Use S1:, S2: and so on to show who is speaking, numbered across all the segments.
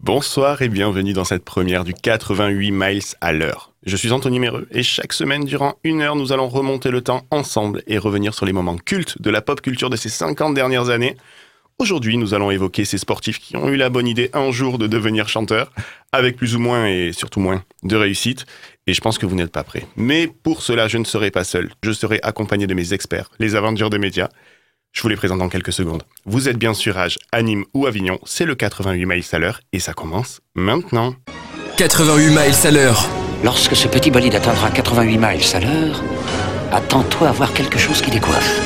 S1: Bonsoir et bienvenue dans cette première du 88 miles à l'heure. Je suis Anthony Méreux et chaque semaine durant une heure nous allons remonter le temps ensemble et revenir sur les moments cultes de la pop culture de ces 50 dernières années. Aujourd'hui nous allons évoquer ces sportifs qui ont eu la bonne idée un jour de devenir chanteurs, avec plus ou moins et surtout moins de réussite, et je pense que vous n'êtes pas prêts. Mais pour cela je ne serai pas seul, je serai accompagné de mes experts, les aventures des médias, je vous les présente dans quelques secondes. Vous êtes bien sur Age, à Nîmes ou Avignon, c'est le 88 miles à l'heure et ça commence maintenant.
S2: 88 miles à l'heure.
S3: Lorsque ce petit bolide atteindra 88 miles à l'heure, attends-toi à voir quelque chose qui décoiffe.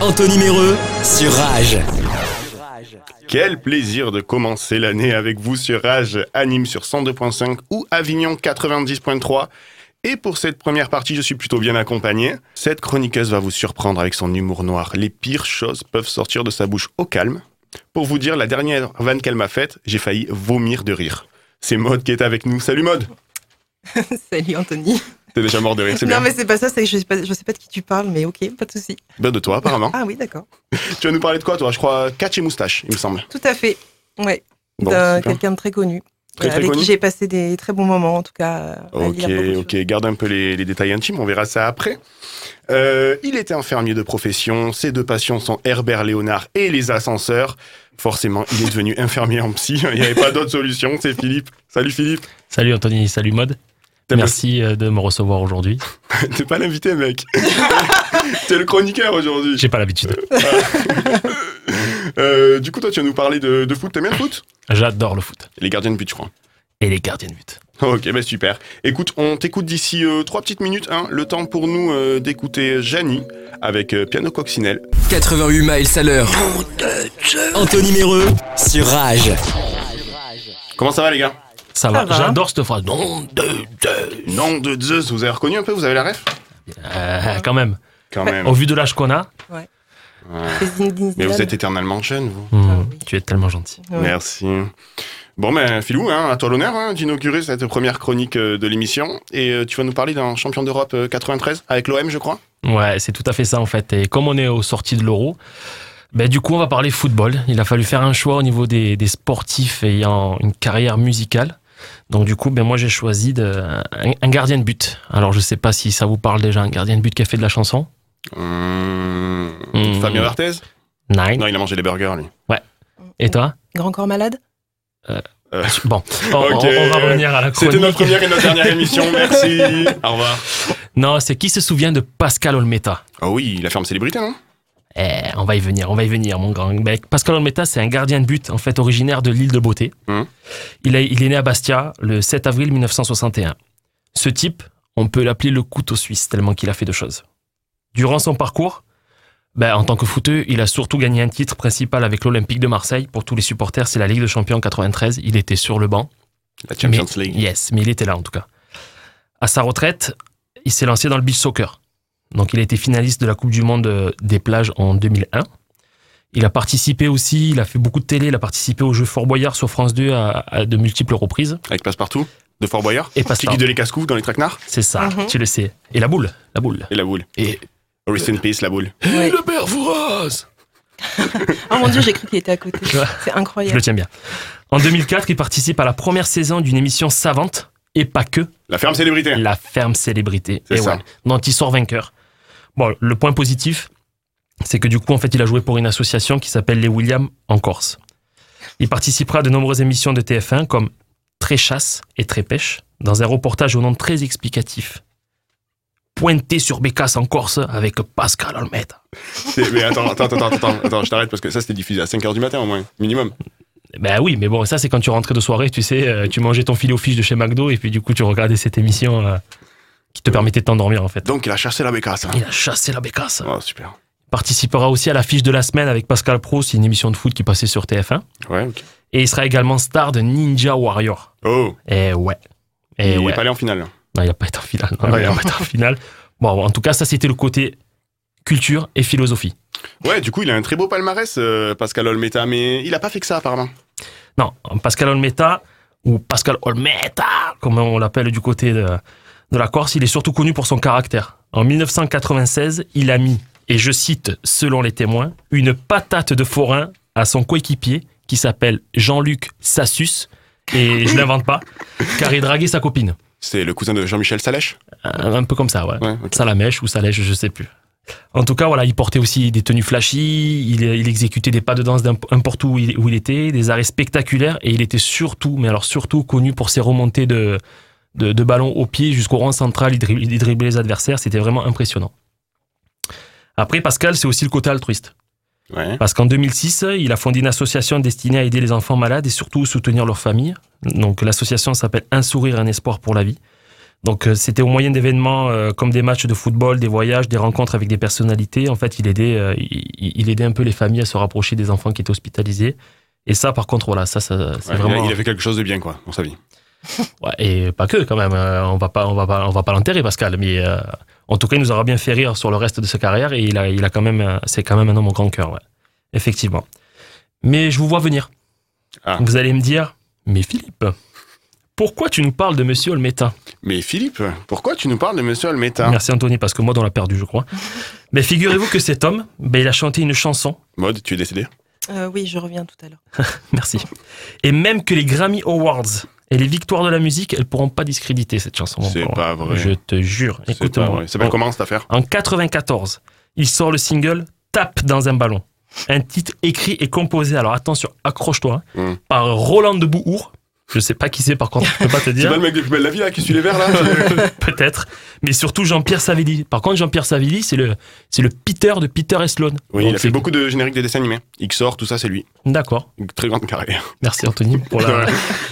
S2: Anthony Méreux sur Rage.
S1: Quel plaisir de commencer l'année avec vous sur Age, à Nîmes sur 102.5 ou Avignon 90.3. Et pour cette première partie, je suis plutôt bien accompagné. Cette chroniqueuse va vous surprendre avec son humour noir. Les pires choses peuvent sortir de sa bouche au calme. Pour vous dire, la dernière vanne qu'elle m'a faite, j'ai failli vomir de rire. C'est Maude qui est avec nous. Salut Maude
S4: Salut Anthony.
S1: T'es déjà mort de rire, c'est
S4: Non
S1: bien.
S4: mais c'est pas ça, c'est que je sais pas, je sais pas de qui tu parles, mais ok, pas de souci.
S1: Ben de toi, apparemment.
S4: Ah oui, d'accord.
S1: Tu vas nous parler de quoi, toi Je crois catch et moustache, il me semble.
S4: Tout à fait. Ouais.
S1: Bon,
S4: D'un-
S1: super.
S4: Quelqu'un de très connu.
S1: Très,
S4: euh,
S1: très
S4: avec
S1: connu.
S4: qui j'ai passé des très bons moments en tout cas. euh, à
S1: Ok,
S4: lire beaucoup de
S1: ok,
S4: choses.
S1: garde un peu les, les détails intimes, on verra ça après. Euh, il était infirmier de profession, ses deux passions sont Herbert Léonard et les ascenseurs. Forcément, il est devenu infirmier en psy, il n'y avait pas d'autre solution, c'est Philippe. Salut Philippe,
S5: Salut Anthony, salut Mode.
S1: T'as
S5: Merci euh, de me recevoir aujourd'hui.
S1: t'es pas l'invité mec, t'es le chroniqueur aujourd'hui.
S5: J'ai pas l'habitude.
S1: Euh, du coup, toi tu vas nous parler de, de foot, t'aimes bien le foot
S5: J'adore le foot
S1: Les gardiens de but, je crois.
S5: et les gardiens de but.
S1: Ok, bah super. Écoute, on t'écoute d'ici euh, trois petites minutes, hein, le temps pour nous euh, d'écouter Jani avec euh, Piano Coccinelle.
S2: 88 miles à l'heure. Anthony Méreux sur Rage.
S1: Comment ça va les gars
S5: Ça,
S4: Ça
S5: va,
S4: va.
S5: j'adore cette phrase. Non, de, de.
S1: Nom de Zeus, vous avez reconnu un peu, vous avez la ref
S5: Euh, quand même.
S1: Quand même.
S5: Au vu de l'âge qu'on a,
S4: C'est Zinedine
S1: Mais vous
S4: Zidane.
S1: êtes éternellement jeune, vous.
S5: hmm,
S4: oui.
S5: tu es tellement gentil.
S4: Ouais.
S1: Merci. Bon, ben, Philou, hein, à toi l'honneur hein, d'inaugurer cette première chronique euh, de l'émission. Et euh, tu vas nous parler d'un champion d'Europe euh, 93 avec l'OM, je crois.
S5: Ouais, c'est tout à fait ça en fait. Et comme on est aux sorties de l'euro, ben, du coup on va parler football. Il a fallu faire un choix au niveau des, des sportifs ayant une carrière musicale. Donc du coup, ben, moi j'ai choisi de, un, un gardien de but. Alors je sais pas si ça vous parle déjà, un gardien de but qui a fait de la chanson.
S1: Hum,
S5: Mmh.
S1: Fabien Barthez
S5: Nine.
S1: Non, il a mangé des burgers, lui.
S5: Et toi
S4: Grand corps malade
S5: Bon, on, on-
S1: Ok.
S5: on va revenir à la chronique.
S1: C'était notre première et notre dernière émission, merci. Au revoir.
S5: Non, c'est qui se souvient de Pascal Olmeta
S1: Ah oui, il a fait un célébrité, non
S5: Eh, on va y venir, on va y venir, mon grand. Ben, Pascal Olmeta, c'est un gardien de but, en fait, originaire de l'île de Beauté.
S1: Hum.
S5: Il, a- il est né à Bastia le 7 avril 1961. Ce type, on peut l'appeler le couteau suisse, tellement qu'il a fait de choses. Durant son parcours, ben, en tant que footeux, il a surtout gagné un titre principal avec l'Olympique de Marseille. Pour tous les supporters, c'est la Ligue de Champions en 93. Il était sur le banc.
S1: La Champions
S5: Mais-
S1: League.
S5: Yes, mais il était là en tout cas. À sa retraite, il s'est lancé dans le beach soccer. Donc il a été finaliste de la Coupe du Monde euh, des plages en 2001. Il a participé aussi, il a fait beaucoup de télé, il a participé au jeu Fort Boyard sur France 2 à, à de multiples reprises.
S1: Avec Passepartout, de Fort Boyard.
S5: Et passe
S1: Tiki de les Cascous dans les traquenards.
S5: C'est ça,
S4: Mhm.
S5: tu le sais. Et la boule, la boule.
S1: Et la boule.
S5: Et,
S1: Rest in peace, la boule.
S4: Ouais.
S5: le père Fouras
S4: Oh mon dieu, j'ai cru qu'il était à côté. C'est
S5: Je le
S4: incroyable.
S5: tiens bien. En 2004, il participe à la première saison d'une émission savante, et pas que,
S1: La ferme célébrité.
S5: La ferme célébrité.
S1: C'est
S5: Et
S1: ça.
S5: ouais, dont il sort vainqueur. Bon, le point positif, c'est que du coup, en fait, il a joué pour une association qui s'appelle les Williams en Corse. Il participera à de nombreuses émissions de TF1 comme Très chasse et Très pêche, dans un reportage au nom très explicatif. Pointé sur Bécasse en Corse avec Pascal Almeida.
S1: C'est- Mais attends, attends, attends, attends, attends, attends, je t'arrête parce que ça c'était diffusé à 5h du matin au moins, minimum.
S5: Ben oui, mais bon, ça c'est quand tu rentrais de soirée, tu sais, euh, tu mangeais ton filet au fiche de chez McDo et puis du coup tu regardais cette émission euh, qui te permettait de t'endormir en fait.
S1: Donc il a chassé la bécasse. hein.
S5: Il a chassé la Bécasse.
S1: Oh, super.
S5: participera aussi à l'affiche de la semaine avec Pascal Pro, c'est une émission de foot qui passait sur TF1.
S1: Ouais, ok.
S5: Et il sera également star de Ninja Warrior.
S1: Oh,
S5: Et ouais. Et
S1: il
S5: Eh ouais.
S1: est pas allé en finale.
S5: Non, il n'a pas été en finale. Non,
S1: Ah,
S5: non, il a
S1: merde.
S5: pas été en finale. Bon, en tout cas, ça, c'était le côté culture et philosophie.
S1: Ouais, du coup, il a un très beau palmarès, euh, Pascal Olmeta, mais il a pas fait que ça apparemment.
S5: Non, Pascal Olmeta, ou Pascal Olmeta, comme on l'appelle du côté de, de la Corse, il est surtout connu pour son caractère. En 1996, il a mis, et je cite selon les témoins, une patate de forain à son coéquipier qui s'appelle Jean-Luc Sassus. Et je l'invente pas, car il draguait sa copine.
S1: C'est le cousin de Jean-Michel Salèche
S5: Un un peu comme ça, ouais.
S1: Ouais, ok.
S5: Salamèche ou Salèche, je sais plus. En tout cas, voilà, il portait aussi des tenues flashy, il, il exécutait des pas de danse d'im- n'importe où il, où il était, des arrêts spectaculaires, et il était surtout, mais alors surtout connu pour ses remontées de, de, de ballons au pied jusqu'au rang central, il, drib- il driblait les adversaires, c'était vraiment impressionnant. Après, Pascal, c'est aussi le côté altruiste.
S1: Ouais.
S5: Parce qu'en 2006, il a fondé une association destinée à aider les enfants malades et surtout soutenir leurs familles. Donc l'association s'appelle Un sourire, un espoir pour la vie. Donc euh, c'était au moyen d'événements euh, comme des matchs de football, des voyages, des rencontres avec des personnalités. En fait, il aidait, euh, il, il aidait un peu les familles à se rapprocher des enfants qui étaient hospitalisés. Et ça, par contre, voilà, ça, ça c'est
S1: Ouais,
S5: vraiment.
S1: Il a fait quelque chose de bien, quoi, dans sa vie.
S5: Ouais, et pas que quand même. Euh, on va pas, on va pas, on va pas l'enterrer, Pascal. Mais euh, en tout cas, il nous aura bien fait rire sur le reste de sa carrière et il a, il a quand même, euh, c'est quand même un homme au grand cœur, ouais. Effectivement. Mais je vous vois venir.
S1: Ah.
S5: Vous allez me dire, mais Philippe, pourquoi tu nous parles de Monsieur Olmeta
S1: Mais Philippe, pourquoi tu nous parles de Monsieur Almeta
S5: Merci Anthony parce que moi, on l'a perdu, je crois. mais figurez-vous que cet homme, ben, il a chanté une chanson.
S1: Mode, tu es décédé
S4: Euh, oui, je reviens tout à l'heure.
S5: Merci. Et même que les Grammy Awards et les victoires de la musique, elles pourront pas discréditer cette chanson. mon
S1: C'est
S5: pauvre.
S1: pas vrai.
S5: Je te jure.
S1: C'est pas
S5: Écoute-moi. Oh.
S1: vrai. Ça s'appelle
S5: On-
S1: comment cette affaire
S5: En 94, il sort le single Tape dans un ballon. Un titre écrit et composé, alors attention, accroche-toi, hein,
S1: Mm.
S5: par Roland de Bouhour. Je sais pas qui c'est, par contre, je peux pas te
S1: C'est pas
S5: dire.
S1: le mec des plus belles de la vie, là, qui suit les verts, là
S5: Peut-être. Mais surtout Jean-Pierre Savelli. Par contre, Jean-Pierre Savelli, c'est le, c'est le Peter de Peter et Sloan.
S1: Oui,
S5: Donc,
S1: il a
S5: c'est-
S1: fait beaucoup de génériques des dessins animés. XOR, tout ça, c'est lui.
S5: D'accord.
S1: Une très grande carrière.
S5: Merci, Anthony, pour la.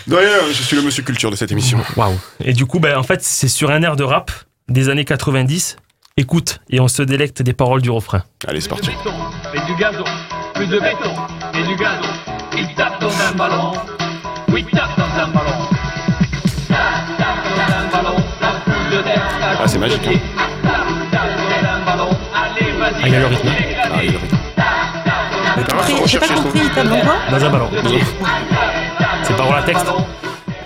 S1: D'ailleurs, je suis le monsieur culture de cette émission.
S5: Waouh. Et du coup, ben, en fait, c'est sur un air de rap des années 90. Écoute, et on se délecte des paroles du refrain.
S1: Allez, c'est parti.
S6: Plus de béton et du gazon, plus de béton et du gazon. Il tape dans un ballon, oui, il tape dans un ballon. Tape, tape dans un ballon, la boule de terre, la
S1: Ah, c'est
S6: boule de
S1: magique,
S6: pied. Tape, tape dans un ballon, allez, vas-y,
S5: Ah, il y a le rythme.
S1: Ah, il a raison.
S4: J'ai pas
S1: t'as recherché, je
S4: compris, j'ai pas compris, t'as dans quoi
S5: Dans un ballon. C'est pas la texte.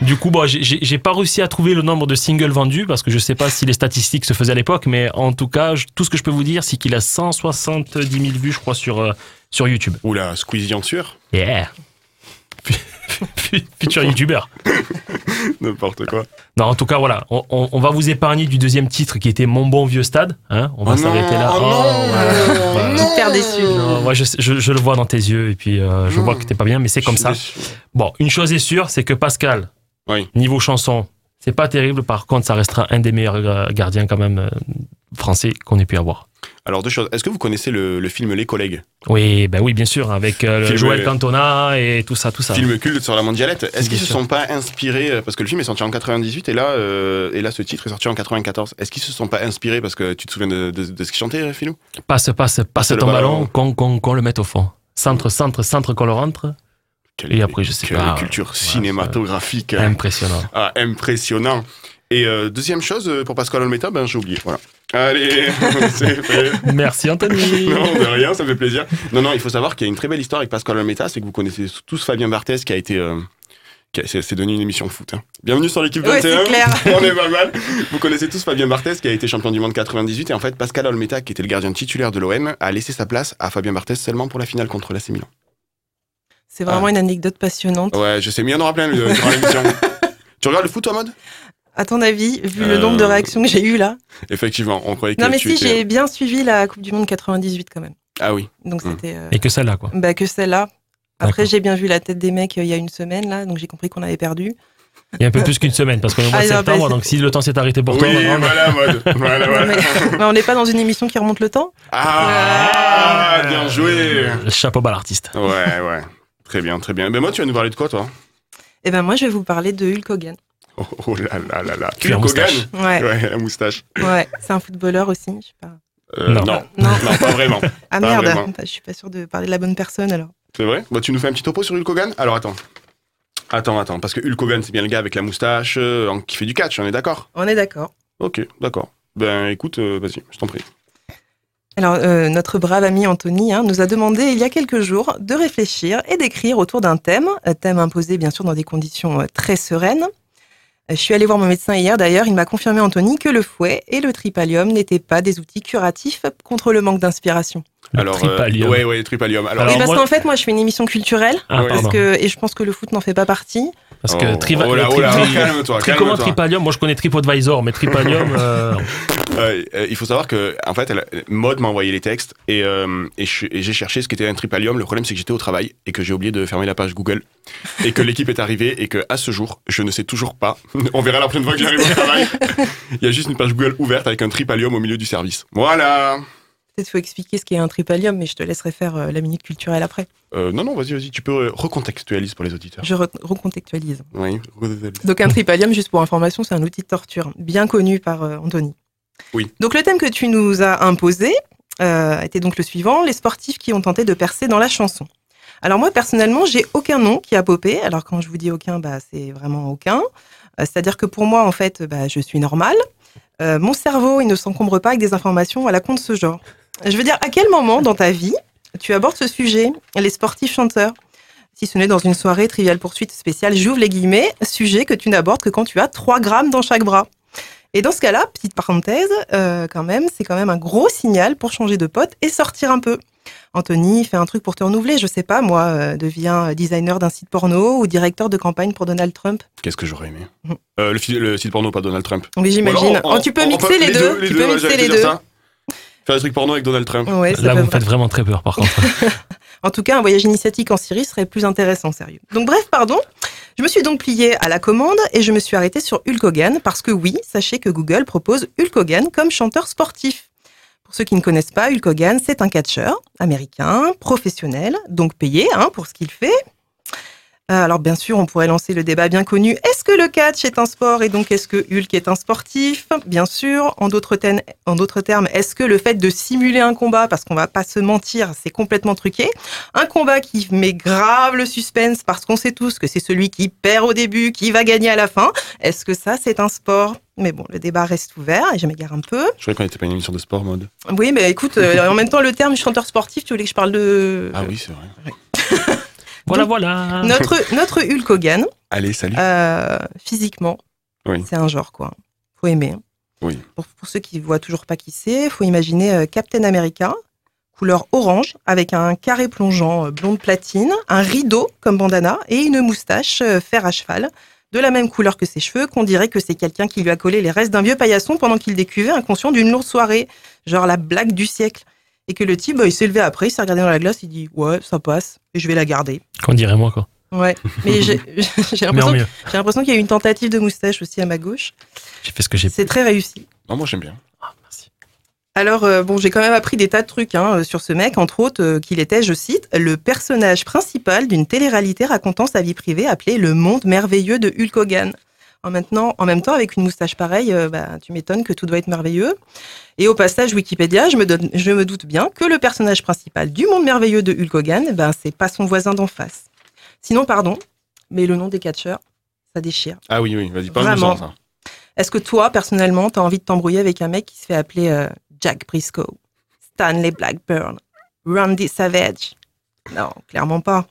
S5: Du coup, bon, j'ai- j'ai j'ai pas réussi à trouver le nombre de singles vendus parce que je sais pas si les statistiques se faisaient à l'époque, mais en tout cas, je- tout ce que je peux vous dire, c'est qu'il a 170 000 vues, je crois, sur, euh, sur YouTube.
S1: Oula, Squeezie en sueur
S5: Yeah! Futur youtubeur.
S1: N'importe quoi.
S5: Non, en tout cas, voilà, on, on- on va vous épargner du deuxième titre qui était Mon bon vieux stade. hein, on va
S1: Oh
S5: s'arrêter
S1: non,
S5: là.
S1: oh non,
S5: voilà.
S1: non.
S4: Hyper déçu.
S5: Non, moi, je, je- je le vois dans tes yeux et puis euh, je
S1: Non.
S5: vois que t'es pas bien, mais c'est comme
S1: Je suis
S5: ça.
S1: déçu.
S5: Bon, une chose est sûre, c'est que Pascal,
S1: Oui.
S5: niveau chanson, c'est pas terrible. Par contre, ça restera un des meilleurs euh, gardiens quand même euh, français qu'on ait pu avoir.
S1: Alors, deux choses. Est-ce que vous connaissez le, le film Les Collègues
S5: Oui, ben oui, bien sûr, avec euh, le
S1: Film,
S5: Joël
S1: oui.
S5: Cantona et tout ça, tout ça.
S1: Film culte sur la mondialette. Est-ce qu'ils
S5: Bien
S1: se
S5: sûr.
S1: sont pas inspirés euh, Parce que le film est sorti en 98 et là, euh, et là ce titre est sorti en 94. Est-ce qu'ils se sont pas inspirés Parce que tu te souviens de, de- de ce qu'ils chantaient, Philou
S5: Passe, passe, passe
S1: le
S5: ton ballon,
S1: ballon.
S5: qu'on qu'on- qu'on le mette au fond. Centre, centre, centre, qu'on le rentre.
S1: Quelle-
S5: Et après, je sais
S1: quelle
S5: pas.
S1: culture
S5: Ouais,
S1: cinématographique.
S5: ça- Impressionnant.
S1: Ah, impressionnant. Et euh, deuxième chose, euh, pour Pascal Olmeta, ben, j'ai oublié. Voilà. Allez, c'est fait.
S5: Merci Anthony.
S1: Non, de rien, ça fait plaisir. Non, non, il faut savoir qu'il y a une très belle histoire avec Pascal Olmeta, c'est que vous connaissez tous Fabien Barthez qui a été. euh, qui a- C'est c'est devenu une émission foot. hein. Bienvenue sur l'équipe
S4: Ouais, c'est
S1: 21.
S4: clair.
S1: On est pas mal. Vous connaissez tous Fabien Barthez qui a été champion du monde 98. Et en fait, Pascal Olmeta, qui était le gardien titulaire de l'OM, a laissé sa place à Fabien Barthez seulement pour la finale contre l'AC Milan.
S4: C'est vraiment une anecdote passionnante.
S1: Ouais, je sais, mais il y en aura plein euh, durant l'émission. tu regardes le foot, toi, mode
S4: À ton avis, vu
S1: Euh,
S4: le nombre de réactions que j'ai eues là
S1: Effectivement, on croyait que
S4: Non, mais
S1: tu
S4: si,
S1: étais- hein.
S4: j'ai bien suivi la Coupe du Monde 98 quand même.
S1: Ah oui.
S4: Donc
S1: Hmm.
S4: c'était. euh,
S5: Et que celle-là, quoi.
S4: bah, que celle-là. Après,
S5: D'accord.
S4: j'ai bien vu la tête des mecs euh, il y a une semaine, là, donc j'ai compris qu'on avait perdu.
S5: Il y a un peu plus qu'une semaine parce qu'on est au mois de
S4: Ah, non,
S5: septembre,
S4: bah, c'est-
S5: donc si le temps s'est arrêté pour toi,
S1: oui,
S5: on va-
S1: voilà, mode. Voilà,
S4: Non,
S1: voilà.
S4: mais, mais on n'est pas dans une émission qui remonte le temps.
S1: Ah, bien joué.
S5: euh, Chapeau bas l'artiste.
S1: Ouais, ouais. Très bien, très bien. Mais moi, tu vas nous parler de quoi, toi
S4: Et ben moi, je vais vous parler de Hulk Hogan.
S1: oh, oh là là là là.
S5: Tu as
S1: Hulk
S5: moustache.
S1: Hogan
S4: Ouais, ouais.
S1: Ouais, la moustache.
S4: C'est un footballeur aussi. Je sais pas.
S1: Euh,
S5: Non.
S1: non. Non.
S4: Non.
S1: pas vraiment. Pas
S4: Ah merde,
S1: vraiment.
S4: je suis pas sûre de parler de la bonne personne alors.
S1: C'est vrai Bah, tu nous fais un petit topo sur Hulk Hogan Alors, attends. Attends, attends, parce que Hulk Hogan, c'est bien le gars avec la moustache euh, en- qui fait du catch, on est d'accord
S4: On est d'accord.
S1: Ok, d'accord. Ben écoute, euh, vas-y, je t'en prie.
S4: Alors, euh, notre brave ami Anthony hein, nous a demandé il y a quelques jours de réfléchir et d'écrire autour d'un thème, euh, thème imposé bien sûr dans des conditions euh, très sereines. Je suis allée voir mon médecin hier d'ailleurs, il m'a confirmé Anthony que le fouet et le tripalium n'étaient pas des outils curatifs contre le manque d'inspiration.
S5: Le
S1: Alors, euh,
S5: tripalium.
S1: ouais, ouais, tripalium. Alors,
S5: Alors,
S4: oui, parce
S5: moi-
S4: qu'en fait, moi je fais une émission culturelle
S5: Ah,
S1: Ouais.
S4: parce
S5: pardon.
S4: que, et je pense que le foot n'en fait pas partie.
S5: Parce que
S1: oh,
S5: triva-
S1: oh
S5: le
S1: là,
S5: tri-
S1: oh là,
S5: tri-
S1: calme-toi,
S5: tri- comment
S1: calme-toi.
S5: Tripalium Moi, je connais TripAdvisor, mais Tripalium. euh,
S1: Euh, euh, il faut savoir que, en fait, elle, Maud m'a envoyé les textes et, euh, et je- et j'ai cherché ce qu'était un tripalium. Le problème, c'est que j'étais au travail et que j'ai oublié de fermer la page Google et que l'équipe est arrivée et que, à ce jour, je ne sais toujours pas. On verra la prochaine fois que j'arrive au travail. Il y a juste une page Google ouverte avec un tripalium au milieu du service. Voilà.
S4: Peut-être faut expliquer ce qu'est un tripalium, mais je te laisserai faire euh, la minute culturelle après.
S1: Euh, non, non, vas-y, vas-y, tu peux euh, recontextualiser pour les auditeurs.
S4: Je re- recontextualise.
S1: Oui.
S4: Donc un tripalium, juste pour information, c'est un outil de torture, bien connu par euh, Anthony.
S1: Oui.
S4: Donc le thème que tu nous as imposé euh, était donc le suivant, les sportifs qui ont tenté de percer dans la chanson. Alors moi, personnellement, j'ai aucun nom qui a popé. Alors quand je vous dis aucun, bah, c'est vraiment aucun. Euh, C'est-à-dire que pour moi, en fait, bah, je suis normale. Euh, mon cerveau, il ne s'encombre pas avec des informations à la con de ce genre. Je veux dire, à quel moment dans ta vie tu abordes ce sujet, les sportifs chanteurs si ce n'est dans une soirée triviale poursuite spéciale, j'ouvre les guillemets, sujet que tu n'abordes que quand tu as 3 grammes dans chaque bras. Et dans ce cas-là, petite parenthèse, euh, quand même, c'est quand même un gros signal pour changer de pote et sortir un peu. Anthony, fais un truc pour te renouveler, je sais pas, moi, euh, deviens designer d'un site porno ou directeur de campagne pour Donald Trump.
S1: Qu'est-ce que j'aurais aimé
S4: Mhm.
S1: Euh, le, fi- le site porno, pas Donald Trump.
S4: Oui,
S1: Ou
S4: j'imagine.
S1: alors, on-
S4: Oh, tu peux
S1: on- on
S4: mixer
S1: peut-
S4: les, deux,
S1: les
S4: tu
S1: deux,
S4: peux
S1: ouais,
S4: mixer
S1: j'allais
S4: les
S1: te
S4: deux.
S1: dire ça. Faire des trucs porno avec Donald Trump.
S4: Ouais, ça
S5: Là,
S4: peut
S5: vous me
S4: vra-
S5: faites vraiment très peur, par contre.
S4: En tout cas, un voyage initiatique en Syrie serait plus intéressant, sérieux. Donc bref, pardon. Je me suis donc pliée à la commande et je me suis arrêtée sur Hulk Hogan parce que oui, sachez que Google propose Hulk Hogan comme chanteur sportif. Pour ceux qui ne connaissent pas, Hulk Hogan, c'est un catcheur américain, professionnel, donc payé hein, pour ce qu'il fait. Euh, Alors bien sûr, on pourrait lancer le débat bien connu. Est-ce que le catch est un sport et donc est-ce que Hulk est un sportif Bien sûr. En d'autres ten- en d'autres termes, est-ce que le fait de simuler un combat, parce qu'on va pas se mentir, c'est complètement truqué, un combat qui met grave le suspense parce qu'on sait tous que c'est celui qui perd au début, qui va gagner à la fin. Est-ce que ça, c'est un sport Mais bon, le débat reste ouvert et je m'égare un peu.
S1: Je croyais qu'on n'était pas une émission de sport mode.
S4: Oui, mais écoute, euh, en même temps, le terme chanteur sportif, tu voulais que je parle de
S1: Ah oui, c'est vrai.
S5: voilà, voilà.
S4: notre, notre Hulk Hogan,
S1: Allez, salut.
S4: euh, physiquement.
S1: Oui.
S4: C'est un genre, quoi. Faut aimer. hein.
S1: Oui.
S4: Pour, pour ceux qui voient toujours pas qui c'est, faut imaginer euh, Captain America, couleur orange, avec un carré plongeant euh, blonde platine, un rideau comme bandana et une moustache euh, fer à cheval, de la même couleur que ses cheveux, qu'on dirait que c'est quelqu'un qui lui a collé les restes d'un vieux paillasson pendant qu'il décuvait inconscient d'une lourde soirée, genre la blague du siècle. Et que le type, bah, il s'est levé après, il s'est regardé dans la glace, il dit Ouais, ça passe, et je vais la garder.
S5: Qu'on dirait moi, quoi.
S4: Ouais, mais j'ai j'ai
S5: Mais
S4: l'impression
S5: en mieux.
S4: j'ai l'impression qu'il y a eu une tentative de moustache aussi à ma gauche.
S5: J'ai fait ce que j'ai pu.
S4: C'est très réussi.
S1: Non, moi j'aime bien.
S5: Ah, merci.
S4: Alors, euh, bon, j'ai quand même appris des tas de trucs hein, euh, sur ce mec, entre autres euh, qu'il était, je cite, le personnage principal d'une télé-réalité racontant sa vie privée appelée Le Monde Merveilleux de Hulk Hogan. En, maintenant, en même temps, avec une moustache pareille, euh, bah, tu m'étonnes que tout doit être merveilleux. Et au passage Wikipédia, je me, donne- je me doute bien que le personnage principal du Monde Merveilleux de Hulk Hogan, ben, c'est pas son voisin d'en face. Sinon, pardon, mais le nom des catcheurs, ça déchire.
S1: Ah oui, oui, vas-y, parle-nous
S4: Vraiment.
S1: en, ça.
S4: Est-ce que toi, personnellement, t'as envie de t'embrouiller avec un mec qui se fait appeler euh, Jack Briscoe, Stanley Blackburn, Randy Savage Non, clairement pas.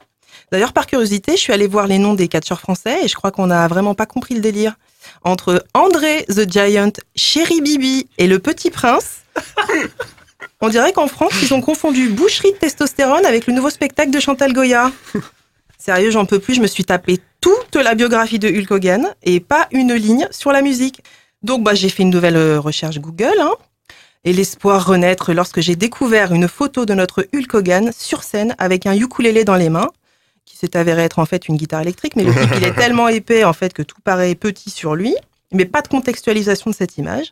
S4: D'ailleurs, par curiosité, je suis allée voir les noms des catcheurs français et je crois qu'on n'a vraiment pas compris le délire. Entre André the Giant, Chéri Bibi et le Petit Prince, on dirait qu'en France, ils ont confondu boucherie de testostérone avec le nouveau spectacle de Chantal Goya. Sérieux, j'en peux plus, je me suis tapé toute la biographie de Hulk Hogan et pas une ligne sur la musique. Donc bah, j'ai fait une nouvelle euh, recherche Google hein, et l'espoir renaître lorsque j'ai découvert une photo de notre Hulk Hogan sur scène avec un ukulélé dans les mains qui s'est avéré être en fait une guitare électrique mais le type il est tellement épais en fait que tout paraît petit sur lui mais pas de contextualisation de cette image.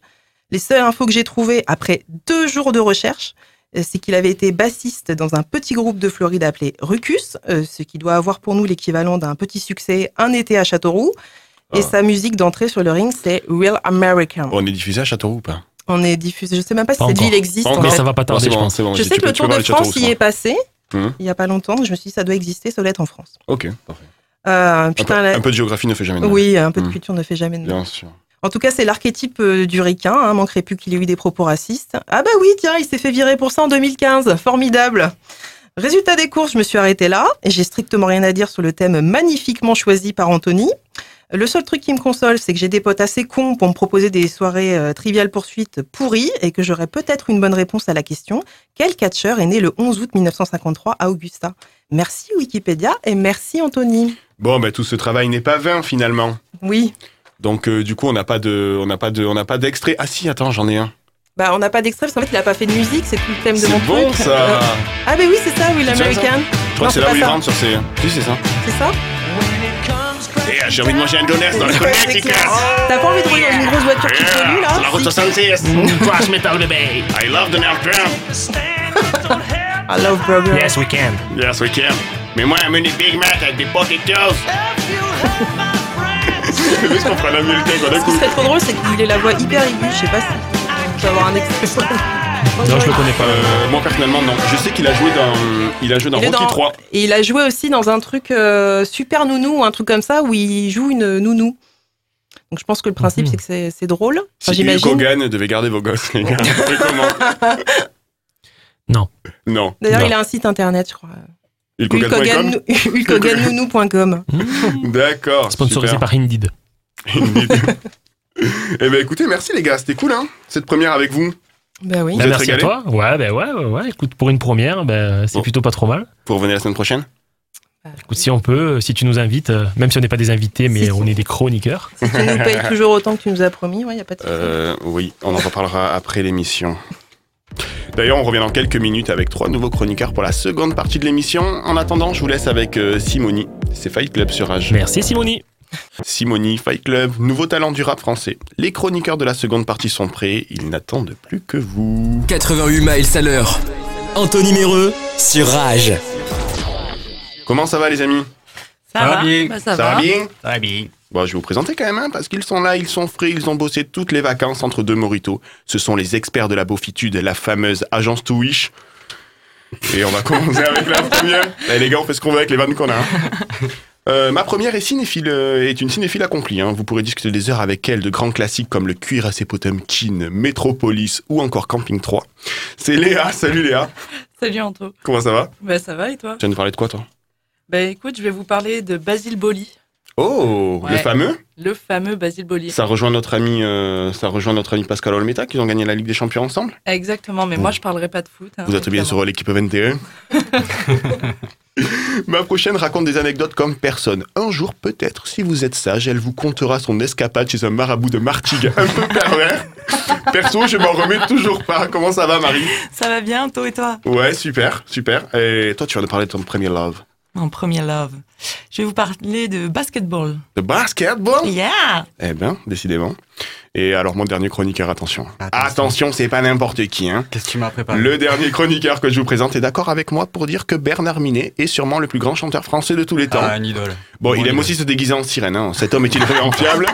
S4: Les seules infos que j'ai trouvées après deux jours de recherche, euh, c'est qu'il avait été bassiste dans un petit groupe de Floride appelé Rucus, euh, ce qui doit avoir pour nous l'équivalent d'un petit succès Un été à Châteauroux. Et
S1: Ah.
S4: sa musique d'entrée sur le ring, c'est Real American.
S1: On est diffusé à Châteauroux ou pas
S4: On est diffusé. Je sais même pas si
S5: Pas
S4: cette
S5: encore.
S4: ville existe.
S1: Pas
S4: en
S1: encore.
S5: Mais
S4: fait.
S5: ça va pas
S1: Non,
S5: tarder,
S1: c'est
S5: je
S1: bon,
S5: pense.
S1: c'est bon,
S4: Je
S1: dis,
S4: sais
S1: tu
S4: que
S1: peux-
S4: le
S1: tu
S4: Tour
S1: peux
S4: de
S1: parler Châteauroux,
S4: France y est
S1: c'est
S4: passé
S1: Mhm.
S4: il y a pas longtemps, donc je me suis dit ça doit exister, ça doit être en France.
S1: bon. Ok, parfait.
S4: Euh,
S1: Un peu,
S4: putain, la-
S1: un peu de géographie ne fait jamais de mal.
S4: oui, un peu de
S1: Mhm.
S4: culture ne fait jamais de mal.
S1: Bien sûr.
S4: En tout cas, c'est l'archétype euh, du ricain. Hein, manquerait plus qu'il ait eu des propos racistes. Ah bah oui, tiens, il s'est fait virer pour ça en 2015. Formidable. Résultat des courses, je me suis arrêtée là et j'ai strictement rien à dire sur le thème magnifiquement choisi par Anthony. Le seul truc qui me console, c'est que j'ai des potes assez cons pour me proposer des soirées euh, triviales poursuites pourries et que j'aurais peut-être une bonne réponse à la question quel catcheur est né le 11 août 1953 à Augusta Merci Wikipédia et merci Anthony.
S1: Bon, bah, tout ce travail n'est pas vain finalement.
S4: Oui,
S1: Donc euh, du coup, on n'a pas de, on n'a pas de, on n'a pas d'extrait. Ah si, attends, j'en ai un.
S4: bah on n'a pas d'extrait parce qu'en fait il a pas fait de musique, c'est tout le thème de mon
S1: C'est bon
S4: truc.
S1: ça.
S4: Ah bah oui, c'est ça, Will
S1: C'est ça,
S4: American.
S1: Je crois
S4: Non,
S1: que c'est
S4: c'est
S1: là
S4: pas
S1: où il
S4: ça.
S1: rentre sur ses. Si, c'est ça.
S4: C'est ça
S1: Eh, j'ai envie de manger un donuts dans le
S4: Ouais, c'est
S1: Connecticut.
S4: clair. T'as pas envie de rouler dans une grosse voiture qui pollue là
S1: Yeah, Ah, la route
S4: Si.
S1: 66.
S5: Crash metal baby.
S1: I love Donald Trump.
S4: I love burger.
S5: Yes we can.
S1: Yes, we can. Mais moi, I'm une Big Mac avec des pocket toast. C'est juste qu'on fera la mieux le cake, on a
S4: Ce qui
S1: cool.
S4: serait trop drôle, c'est qu'il ait la voix hyper aiguë, je sais pas si tu vas avoir un extrait.
S5: Non, je le connais pas.
S1: Euh, moi personnellement non. Je sais qu'il a joué dans, il a joué dans
S4: Il est
S1: Rocky
S4: dans-
S1: 3.
S4: Et il a joué aussi dans un truc euh, super nounou ou un truc comme ça où il joue une nounou. Donc je pense que le principe
S5: Mhm.
S4: c'est que c'est- c'est drôle. Enfin,
S1: Si Hmm. Hulk
S4: J'imagine.
S1: Hogan devait garder vos gosses, les gars, c'est comment
S5: Non.
S1: Non.
S4: D'ailleurs,
S5: Non.
S4: il a un site internet, je crois.
S1: Hulk Hogan.com
S4: Hulkhogan- Hulkhogannounou.com.
S1: Hmm. D'accord.
S5: Sponsorisé
S1: super.
S5: par Indeed.
S1: eh ben écoutez, merci les gars, c'était cool hein, cette première avec vous.
S4: Bah oui.
S1: Vous
S5: Bah,
S1: êtes
S5: merci à
S1: régalés
S5: toi. Ouais, bah ouais, ouais, ouais. Écoute, pour une première, bah, c'est
S1: Bon.
S5: plutôt pas trop mal.
S1: Pour revenir la semaine prochaine. Bah,
S5: Écoute, si on peut, euh, si tu nous invites, euh, même si on n'est pas des invités, mais
S4: Si, si.
S5: on est des chroniqueurs.
S4: Si tu nous payes toujours autant que tu nous as promis, ouais, y a pas de souci.
S1: Euh, oui, on en reparlera après l'émission. D'ailleurs, on revient dans quelques minutes avec trois nouveaux chroniqueurs pour la seconde partie de l'émission. En attendant, je vous laisse avec euh, Simonie. C'est Fight Club sur Rage.
S5: Merci Simonie.
S1: Simonie, Fight Club, nouveau talent du rap français. Les chroniqueurs de la seconde partie sont prêts, ils n'attendent plus que vous.
S2: 88 miles à l'heure. Anthony Méreux sur Rage.
S1: Comment ça va les amis
S7: Ça va
S8: bien.
S7: Bah, Ça
S1: Ça
S7: va.
S1: va bien
S8: Ah bien.
S1: Bon, je vais vous présenter quand même, hein, parce qu'ils sont là, ils sont frais, ils ont bossé toutes les vacances entre deux moritos. Ce sont les experts de la beaufitude, la fameuse agence To Wish. Et on va commencer avec la première. Eh, les gars, on fait ce qu'on veut avec les vannes qu'on a. hein. Euh, ma première est cinéphile, euh, est une cinéphile accomplie. hein. Vous pourrez discuter des heures avec elle de grands classiques comme le cuir à ses Potemkin, Metropolis ou encore Camping 3. C'est Léa, salut Léa.
S7: Salut Anto.
S1: Comment ça va
S7: Bah ça va et toi
S1: Tu viens de parler de quoi toi
S7: Bah écoute, je vais vous parler de Basile Boli,
S1: Oh, le
S7: Ouais.
S1: fameux
S7: le fameux Basile Boli.
S1: Ça rejoint notre ami, euh, ça rejoint notre ami Pascal Olmeta, qu'ils ont gagné la Ligue des Champions ensemble.
S7: Exactement, mais moi je parlerai pas de foot. hein,
S1: Mm. Vous êtes bien
S7: évidemment.
S1: sur l'équipe 21. Ma prochaine raconte des anecdotes comme personne. Un jour, peut-être, si vous êtes sage, elle vous contera son escapade chez un marabout de Martigues un peu pervers. Perso, je m'en remets toujours pas. Comment ça va, Marie
S7: Ça va bien, Anto et toi
S1: Ouais, super, super. Et toi, tu viens de parler de ton premier love.
S7: Mon premier love. Je vais vous parler de basketball.
S1: De basketball
S7: Yeah
S1: Eh ben, décidément. Et alors, mon dernier chroniqueur, attention. Attention, c'est pas n'importe qui, hein.
S8: Qu'est-ce que tu m'as préparé
S1: Le dernier chroniqueur que je vous présente est d'accord avec moi pour dire que Bernard Minet est sûrement le plus grand chanteur français de tous les temps.
S8: Ah, un idole.
S1: Bon, il
S8: Bon,
S1: aime
S8: il-
S1: aussi se déguiser en sirène. hein. Cet homme est-il vraiment fiable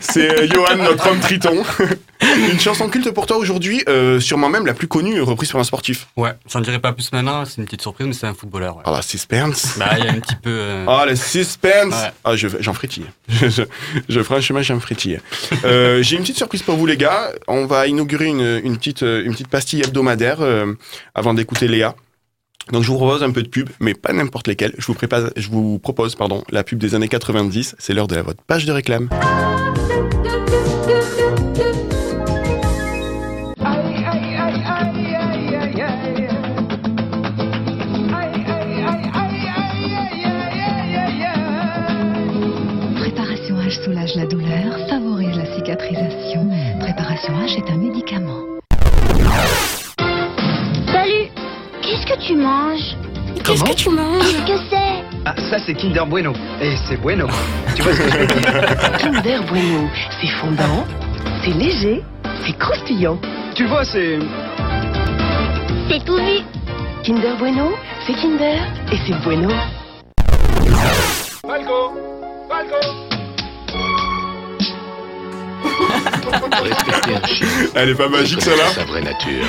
S1: C'est euh, Johan, notre homme triton. Une chanson culte pour toi aujourd'hui, euh, sûrement même la plus connue euh, reprise par un sportif.
S8: Ouais, j'en dirai pas plus maintenant, c'est une petite surprise, mais c'est un footballeur. Ouais.
S1: Ah, la suspense
S8: Bah, il y a un petit peu. euh,
S1: Ah, le suspense
S8: Ouais.
S1: Ah, je- j'en frétille. Je, je- je ferai un chemin, j'en frétille. Euh, J'ai une petite surprise pour vous, les gars. On va inaugurer une, une petite, euh, une petite pastille hebdomadaire euh, avant d'écouter Léa. Donc, je vous propose un peu de pub, mais pas n'importe lesquelles. Je vous, prépare, je vous propose pardon, la pub des années 90. C'est l'heure de la- votre page de réclame.
S9: Préparation H soulage la douleur, favorise la cicatrisation. Préparation H est un médicament.
S10: Salut Qu'est-ce que tu manges Qu'est-ce que tu manges Qu'est-ce que c'est
S11: Ah, ça c'est Kinder Bueno. Et c'est bueno. tu vois ce que je veux dire
S9: Kinder Bueno, c'est fondant, c'est léger, c'est croustillant.
S11: Tu vois, c'est.
S10: C'est tout vu
S9: Kinder Bueno, c'est Kinder et c'est Bueno.
S11: Falco Falco
S6: Respecter un chien,
S1: Elle est pas magique
S6: connaître
S1: celle-là
S6: sa vraie nature.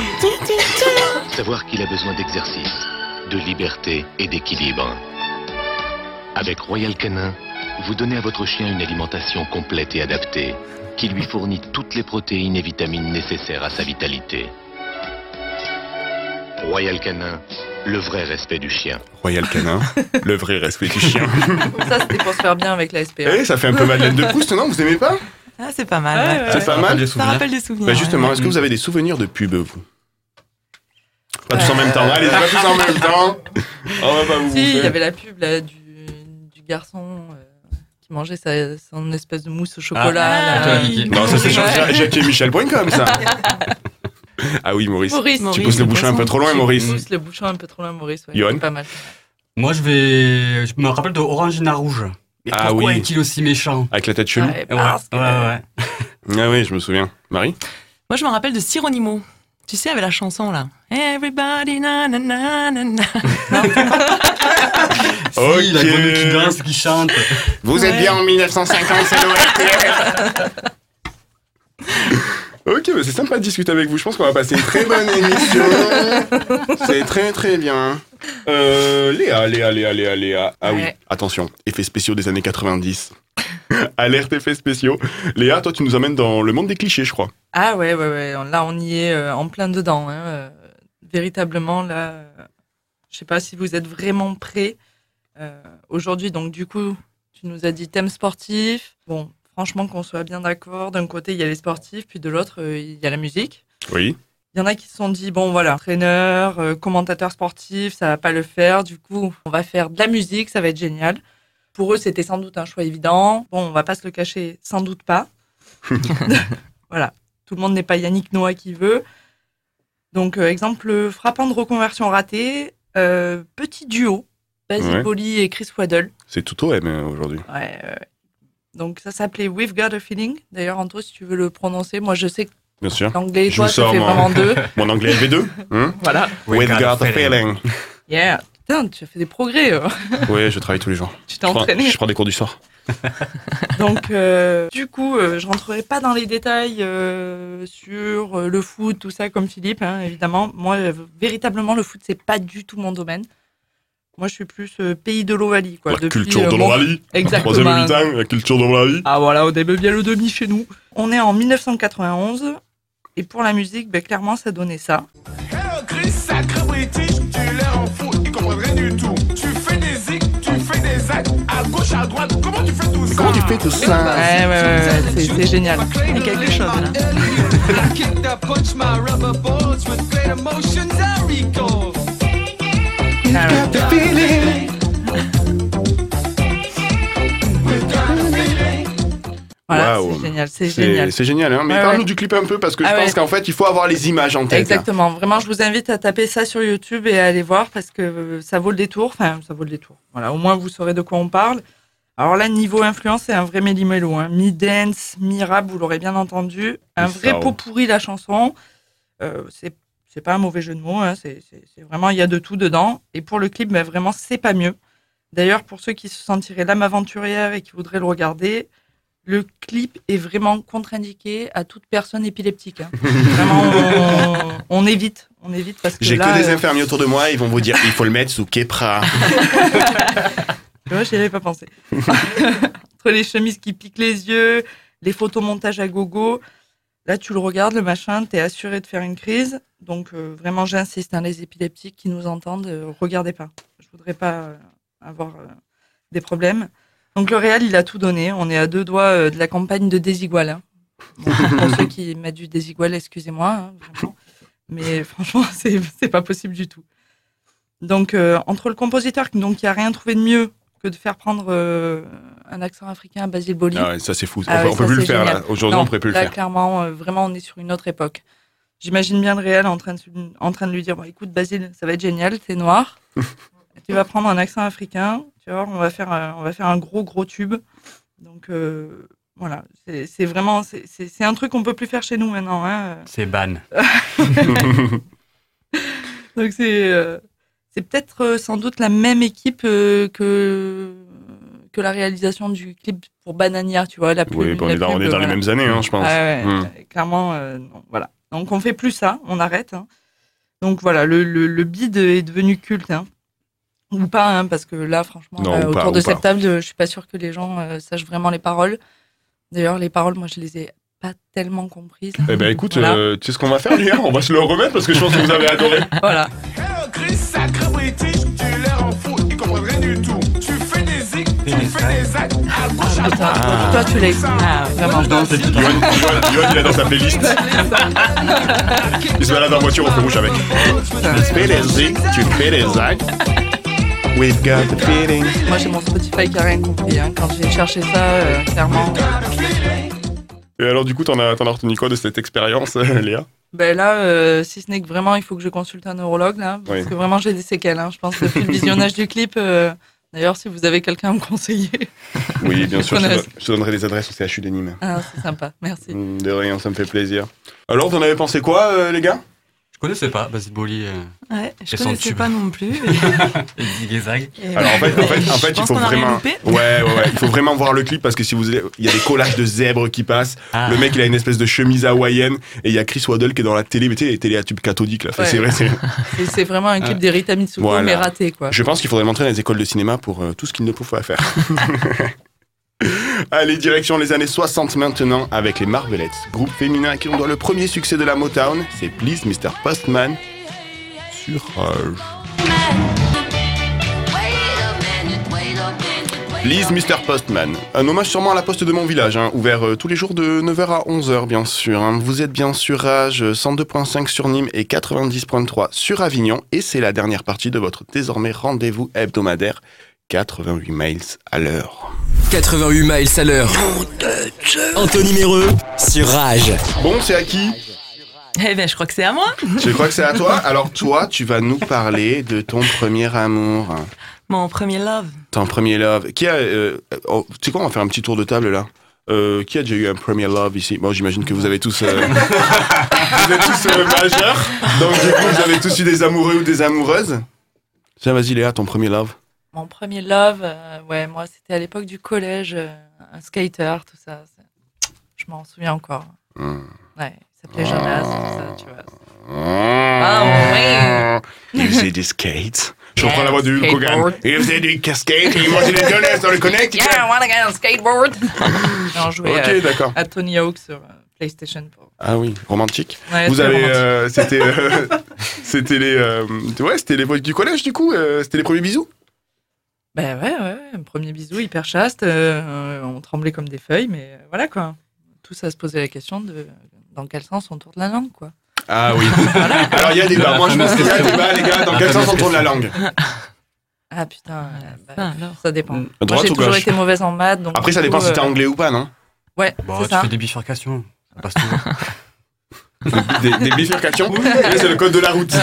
S6: Savoir qu'il a besoin d'exercice, de liberté et d'équilibre. Avec Royal Canin, vous donnez à votre chien une alimentation complète et adaptée, qui lui fournit toutes les protéines et vitamines nécessaires à sa vitalité. Royal Canin,
S12: le vrai respect du chien.
S1: Royal Canin, le vrai respect du chien.
S4: Ça, c'était pour se faire bien avec la E. SPA.
S1: Eh, ça fait un peu Madeleine de Proust, non Vous aimez pas
S13: Ah, c'est pas mal. ouais.
S1: eh, C'est pas mal
S13: Ça rappelle des souvenirs.
S1: Bah justement,
S13: ouais.
S1: est-ce que vous avez des souvenirs de pub, vous Pas tous en même temps, allez, pas tous en même temps On va pas vous
S4: Si, il y
S1: bouffer.
S4: avait la pub là, du, du garçon euh, qui mangeait sa, son espèce de mousse au chocolat.
S1: Ah,
S4: là.
S1: ah, oui. Non, ça, c'est sur Ja- Jacques et Michel Boinecom, ça. Ah oui, Maurice.
S4: Maurice,
S1: tu
S4: Maurice,
S1: pousses le
S4: de
S1: bouchon un
S4: toute
S1: peu
S4: façon,
S1: trop loin,
S4: tu
S1: Maurice.
S4: pousses le bouchon un peu trop loin, Maurice. ouais,
S1: Johan
S4: c'est pas mal.
S8: Moi, je vais. Je me rappelle de Orangina Rouge. Mais
S1: Ah
S8: pourquoi
S1: oui. Ah,
S8: est-il aussi méchant
S1: Avec la tête
S4: Ah,
S1: chelou.
S8: Ouais, parce que- Ouais, ouais,
S1: Ah oui, je me souviens. Marie
S13: Moi, je me rappelle de Sironimo. Tu sais, avec la chanson là. Everybody na na na na na.
S1: Ok.
S8: la grenouille qui danse, qui chante.
S1: Vous êtes
S8: Ouais.
S1: bien en 1950, c'est l'ORTF Ok, bah c'est sympa de discuter avec vous. Je pense qu'on va passer une très bonne émission. C'est très très bien. Euh, Léa, Léa, Léa, Léa, Léa. Ah oui,
S4: Ouais.
S1: attention, effets spéciaux des années 90. Alerte effets spéciaux. Léa, toi tu nous amènes dans le monde des clichés, je crois.
S4: Ah ouais, ouais, ouais. on- Là, on y est euh, en plein dedans. hein, euh, véritablement, là, euh, je sais pas si vous êtes vraiment prêts euh, aujourd'hui. Donc, du coup, tu nous as dit thème sportif. Bon, franchement, qu'on soit bien d'accord. D'un côté, il y a les sportifs, puis de l'autre, euh, il y a la musique.
S1: Oui.
S4: Il y en a qui se sont dit, bon voilà, entraîneur, euh, commentateur sportif, ça va pas le faire. Du coup, on va faire de la musique, ça va être génial. Pour eux, c'était sans doute un choix évident. Bon, on va pas se le cacher, sans doute pas. voilà, tout le monde n'est pas Yannick Noah qui veut. Donc, euh, exemple frappant de reconversion ratée, euh, petit duo, Basil
S1: Ouais.
S4: Boli et Chris Waddle.
S1: C'est tout OM euh, aujourd'hui.
S4: Ouais, ouais. donc, ça s'appelait We've Got a Feeling. D'ailleurs, Anto, si tu veux le prononcer, moi je sais que
S1: Bien sûr.
S4: l'anglais et
S1: Je
S4: toi,
S1: vous
S4: ça
S1: sors
S4: fait
S1: mon-
S4: vraiment deux.
S1: Mon anglais LV2. hein
S4: Voilà.
S1: We've got a feeling.
S4: Yeah. Putain, tu as fait des progrès. euh.
S1: Oui, je travaille tous les jours.
S4: Tu t'es
S1: Je prends-
S4: entraîné.
S1: Je prends des cours du soir.
S4: Donc, euh, du coup, euh, je rentrerai pas dans les détails euh, sur euh, le foot, tout ça, comme Philippe, hein, évidemment. Moi, euh, véritablement, le foot, c'est pas du tout mon domaine. Moi, je suis plus euh, pays de l'Ovalie. quoi,
S1: La
S4: depuis,
S1: culture
S4: euh,
S1: de
S4: mon-
S1: l'Ovalie. Troisième
S4: Exactement.
S1: mi-temps, la culture de l'Ovalie.
S4: Ah voilà, on aimait bien le demi chez nous. On est en 1991, et pour la musique, ben, clairement, ça donnait ça.
S14: Chris, sacré british, tu leur en fous, ils comprennent rien du tout. Tu fais des zics, tu fais des actes, à gauche, à droite, comment tu fais tout ça Comment tu fais tout ça
S4: Ouais, ouais, ouais, ouais, Bah, c'est- c'est génial. Il y a quelque chose, hein. là.
S14: I kicked up, punched my rubber balls with great emotions I recall.
S4: Ah ouais.
S14: Got the feeling. Got the feeling.
S4: Voilà,
S1: Waouh.
S4: c'est génial, c'est génial. Ah
S1: C'est génial, hein. Mais
S4: Ouais,
S1: parle-nous
S4: ouais.
S1: du clip un peu parce que je
S4: Ah
S1: pense
S4: ouais.
S1: qu'en fait, il faut avoir les images en tête. là.
S4: Exactement. Vraiment, je vous invite à taper ça sur YouTube et à aller voir parce que euh, ça vaut le détour. Enfin, ça vaut le détour. Voilà, au moins vous saurez de quoi on parle. Alors là, niveau influence, c'est un vrai méli-mélo. Hein. Mi-dance, mi-rap, vous l'aurez bien entendu. Un
S13: Oui,
S4: vrai
S13: ça,
S4: pot
S13: ouais.
S4: pourri, la chanson. Euh, c'est c'est pas un mauvais jeu de mots. hein. C'est c'est- c'est vraiment, il y a de tout dedans. Et pour le clip, mais vraiment, c'est pas mieux. D'ailleurs, pour ceux qui se sentiraient l'âme aventurière et qui voudraient le regarder, le clip est vraiment contre-indiqué à toute personne épileptique. hein. Vraiment, on, on évite. On évite parce que
S1: J'ai
S4: là,
S1: que des
S4: euh, Ah
S1: infirmiers autour de moi, ils vont vous dire il faut le mettre sous Kepra.
S4: Tu vois, j'y avais pas pensé. Entre les chemises qui piquent les yeux, les photomontages à gogo, là, tu le regardes, le machin, t'es assuré de faire une crise. Donc, euh, vraiment, j'insiste, hein, les épileptiques qui nous entendent, euh, regardez pas. Je voudrais pas euh, avoir euh, des problèmes. Donc, le Real, il a tout donné. On est à deux doigts euh, de la campagne de Désigual. hein. Bon, pour ceux qui mettent du Désigual, excusez-moi, hein, vraiment. Mais franchement, c'est c'est pas possible du tout. Donc, euh, entre le compositeur qui- donc, qui a rien trouvé de mieux que de faire prendre euh, un accent africain à Basile Boli.
S1: Ah ouais, ça, c'est fou. On
S4: ouais,
S1: peut- on peut
S4: ça,
S1: plus le
S4: c'est
S1: faire, là.
S4: génial.
S1: Aujourd'hui,
S4: Non,
S1: on pourrait plus le
S4: là,
S1: faire.
S4: clairement, euh, vraiment, on est sur une autre époque. J'imagine bien le réel en train de, se- en train de lui dire Bon, écoute, Basile, ça va être génial, t'es noir. tu vas prendre un accent africain, tu vois, on va faire, un- on va faire un gros, gros tube. Donc, euh, voilà, c'est c'est vraiment, c'est- c'est c'est un truc qu'on peut plus faire chez nous maintenant. hein.
S8: C'est ban.
S4: Donc c'est euh, c'est peut-être euh, sans doute la même équipe euh, que que la réalisation du clip pour Banania, tu vois, la pub-
S1: Oui, bah, on
S4: la
S1: est dans- on
S4: pub,
S1: est dans les
S4: voilà.
S1: mêmes années, hein, je pense.
S4: Ah ouais,
S1: Hmm.
S4: euh, Clairement, euh, non, voilà. Donc on fait plus ça, on arrête. hein. Donc voilà, le, le, le bid est devenu culte. hein. Ou pas, hein, parce que là, franchement,
S1: Non,
S4: là,
S1: ou pas,
S4: autour
S1: ou
S4: de
S1: pas.
S4: cette table, je suis pas sûre que les gens euh, sachent vraiment les paroles. D'ailleurs, les paroles, moi, je les ai pas tellement comprises.
S1: Eh ben écoute,
S4: Voilà.
S1: euh, tu sais ce qu'on va faire, Léa On va se le remettre parce que je pense que vous avez adoré.
S4: Voilà.
S14: Chris, sacré
S15: british, tu leur en fous, ils comprennent rien du tout. Tu fais des zics, tu fais des actes, à gauche, à droite.
S4: Ah. Toi, tu l'as écouté.
S15: Vraiment, je danse,
S1: Yoann, Yoann- Yoann, il a dans sa playlist. Il se balade en voiture au feu rouge avec. Tu fais des zics, tu fais des actes. We've got the feeling.
S4: Moi, j'ai mon Spotify qui a rien compris. hein. Quand j'ai cherché ça, euh, clairement.
S1: Et alors, du coup, t'en as, t'en as retenu quoi de cette expérience, euh, Léa
S4: Ben là, euh, si ce n'est que vraiment, il faut que je consulte un neurologue, là, parce
S1: Oui.
S4: que vraiment, j'ai des séquelles. hein. Je pense depuis le visionnage du clip. euh, D'ailleurs, si vous avez quelqu'un à me conseiller,
S1: Oui, bien
S4: Je
S1: sûr, je te,
S4: connais.
S1: don- je te donnerai les adresses au CHU de Nîmes.
S4: ah, c'est sympa. Merci.
S1: Mm, De rien, ça me fait plaisir. Alors, t'en avais pensé quoi, euh, les gars
S8: Je connaissais pas Basile Boli. euh,
S16: Ouais, je
S8: et son
S16: connaissais
S8: tube.
S16: pas non plus.
S8: Et Zig et Zag.
S16: Et
S1: Alors en fait, en fait, en
S16: Eh ben, Je
S1: fait, il
S16: pense
S1: faut
S16: qu'on a rien
S1: vraiment,
S16: loupé.
S1: ouais, ouais, ouais, il faut vraiment voir le clip parce que si vous, allez- il y a des collages de zèbres qui passent.
S16: Ah.
S1: Le mec, il a une espèce de chemise hawaïenne et il y a Chris Waddle qui est dans la télé, mais tu sais, les télé à tube cathodique là. Enfin,
S4: Ouais.
S1: C'est vrai, c'est.
S4: Et C'est vraiment un clip
S1: Ah.
S4: d'Erita Mitsuko,
S1: Voilà.
S4: mais raté, quoi.
S1: Je pense qu'il faudrait montrer dans les écoles de cinéma pour euh, tout ce qu'il ne faut pas faire. Allez, direction les années 60 maintenant avec les Marvelettes, groupe féminin à qui on doit le premier succès de la Motown. C'est Please Mr. Postman sur Rage. Please Mr. Postman. Un hommage sûrement à la poste de mon village, hein, ouvert euh, tous les jours de 9h à 11h bien sûr. hein. Vous êtes bien sur Rage, euh, 102.5 sur Nîmes et 90.3 sur Avignon. Et c'est la dernière partie de votre désormais rendez-vous hebdomadaire, 88 miles à l'heure.
S2: 88 miles à l'heure. Anthony Méreux sur Rage.
S1: Bon, c'est à qui
S16: Eh ben, je crois que c'est à moi.
S1: Je crois que c'est à toi. Alors toi, tu vas nous parler de ton premier amour, hein,
S16: Mon premier love.
S1: ton premier love. Qui a... euh, oh, tu sais quoi, on va faire un petit tour de table là. Euh, qui a déjà eu un premier love ici Bon, j'imagine que vous avez tous... euh, Vous êtes tous euh, majeurs. Donc du coup, vous avez tous eu des amoureux ou des amoureuses Tiens, vas-y Léa, ton premier love.
S4: Mon premier love, euh, ouais, moi, c'était à l'époque du collège, euh, un skater, tout ça. C'est- Je m'en souviens encore.
S1: Hmm.
S4: Ouais, il s'appelait Jonas, tout ça, tu vois. Oh,
S1: Ah Il faisait des skates. Je reprends la voix de Hulk Hogan.
S4: Skateboard.
S1: Il faisait des casquettes et il mangeait des donuts dans le connect.
S4: Yeah, I wanna get on skateboard! Et on jouait
S1: Ok,
S4: euh,
S1: d'accord.
S4: à Tony Hawk sur euh, PlayStation. Pour...
S1: Ah oui, romantique.
S4: Ouais,
S1: Vous
S4: très
S1: avez,
S4: romantique.
S1: euh, c'était, euh, c'était les, euh, ouais, c'était l'époque du collège du coup. euh, c'était les premiers bisous.
S4: Ben ouais, ouais, ouais, un premier bisou, hyper chaste. euh, on tremblait comme des feuilles, mais euh, voilà quoi. Tous à se poser la question de dans quel sens on tourne la langue, quoi.
S1: Ah oui. Alors il y a des
S8: La
S1: bas. Moi je pense
S8: fameuse
S1: qu'il y a des
S8: question.
S1: bas, les gars. Dans
S8: La
S1: quel sens on
S8: fameuse
S1: tourne la langue
S8: question.
S4: Ah putain, euh, bah, ça dépend.
S1: À
S4: Moi,
S1: droite
S4: j'ai
S1: ou
S4: toujours
S1: gauche
S4: été mauvaise en maths. Donc
S1: Après ça
S4: du
S1: dépend
S4: coup,
S1: si t'es
S4: euh,
S1: anglais ou pas, non
S4: Ouais,
S8: Bon,
S16: Bah,
S4: c'est
S8: tu
S4: ça.
S8: fais des bifurcations. Ça passe toujours.
S1: Des, des bifurcations. Là, c'est le code de la route.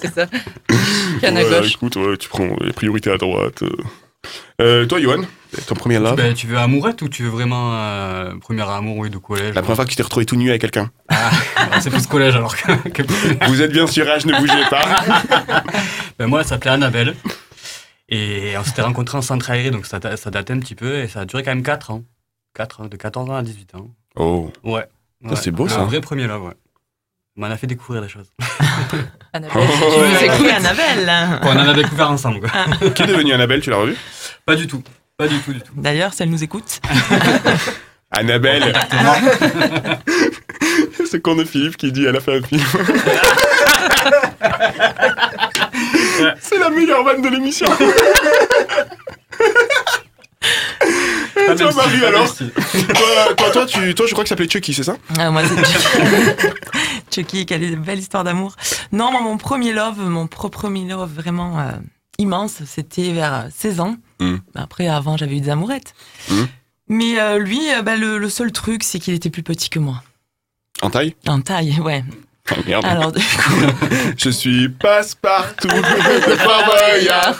S4: c'est ça. Canne à
S1: Ouais,
S4: gauche.
S1: Écoute, ouais, tu prends les priorités à droite. euh. Euh, toi, Johan, ton premier love.
S8: Ben, tu veux amourette ou tu veux vraiment euh, premier amour oui, de collège
S1: La première fois que tu t'es retrouvé tout nu avec quelqu'un.
S8: Ah, C'est plus collège alors que. que-
S1: Vous êtes bien sur H, ne bougez pas.
S8: Ben, moi, elle s'appelait Annabelle. Et on s'était rencontrés en centre aéré, donc ça, da- ça datait un petit peu. Et ça a duré quand même 4 ans. 4 ans, de 14 ans à 18 ans.
S1: Oh.
S8: Ouais.
S1: Ça,
S8: Ouais.
S1: c'est beau, ça.
S8: Un vrai premier love, ouais. On m'en a fait découvrir des choses.
S4: Annabelle,
S1: Oh,
S4: tu nous
S16: C'est
S4: écoutes.
S16: cool, Annabelle.
S8: on en a découvert ensemble, quoi.
S1: Qui est devenue Annabelle Tu l'as revue
S8: Pas du tout. Pas du tout, du tout.
S16: D'ailleurs, si elle nous écoute,
S1: Annabelle. C'est qu'on est Philippe qui dit elle a fait un film. C'est la meilleure vanne de l'émission.
S8: Pas
S1: toi,
S8: même
S1: Marie,
S8: si, pas
S1: alors
S8: même si.
S1: toi, toi, toi, tu, toi, je crois que ça s'appelait Chucky, c'est ça
S16: Ah, moi, c'est Chucky. Chucky, quelle est une belle histoire d'amour. Non, moi, mon premier love, mon propre premier love vraiment euh, immense, c'était vers euh, 16 ans. Bah,
S1: Mm.
S16: Après, avant, j'avais eu des amourettes.
S1: Mm.
S16: Mais euh, lui, euh, bah, le, le seul truc, c'est qu'il était plus petit que moi.
S1: En taille
S16: En taille, ouais.
S1: Ah, Merde.
S16: Alors, du coup,
S1: Je suis passe-partout de Fort Boyard.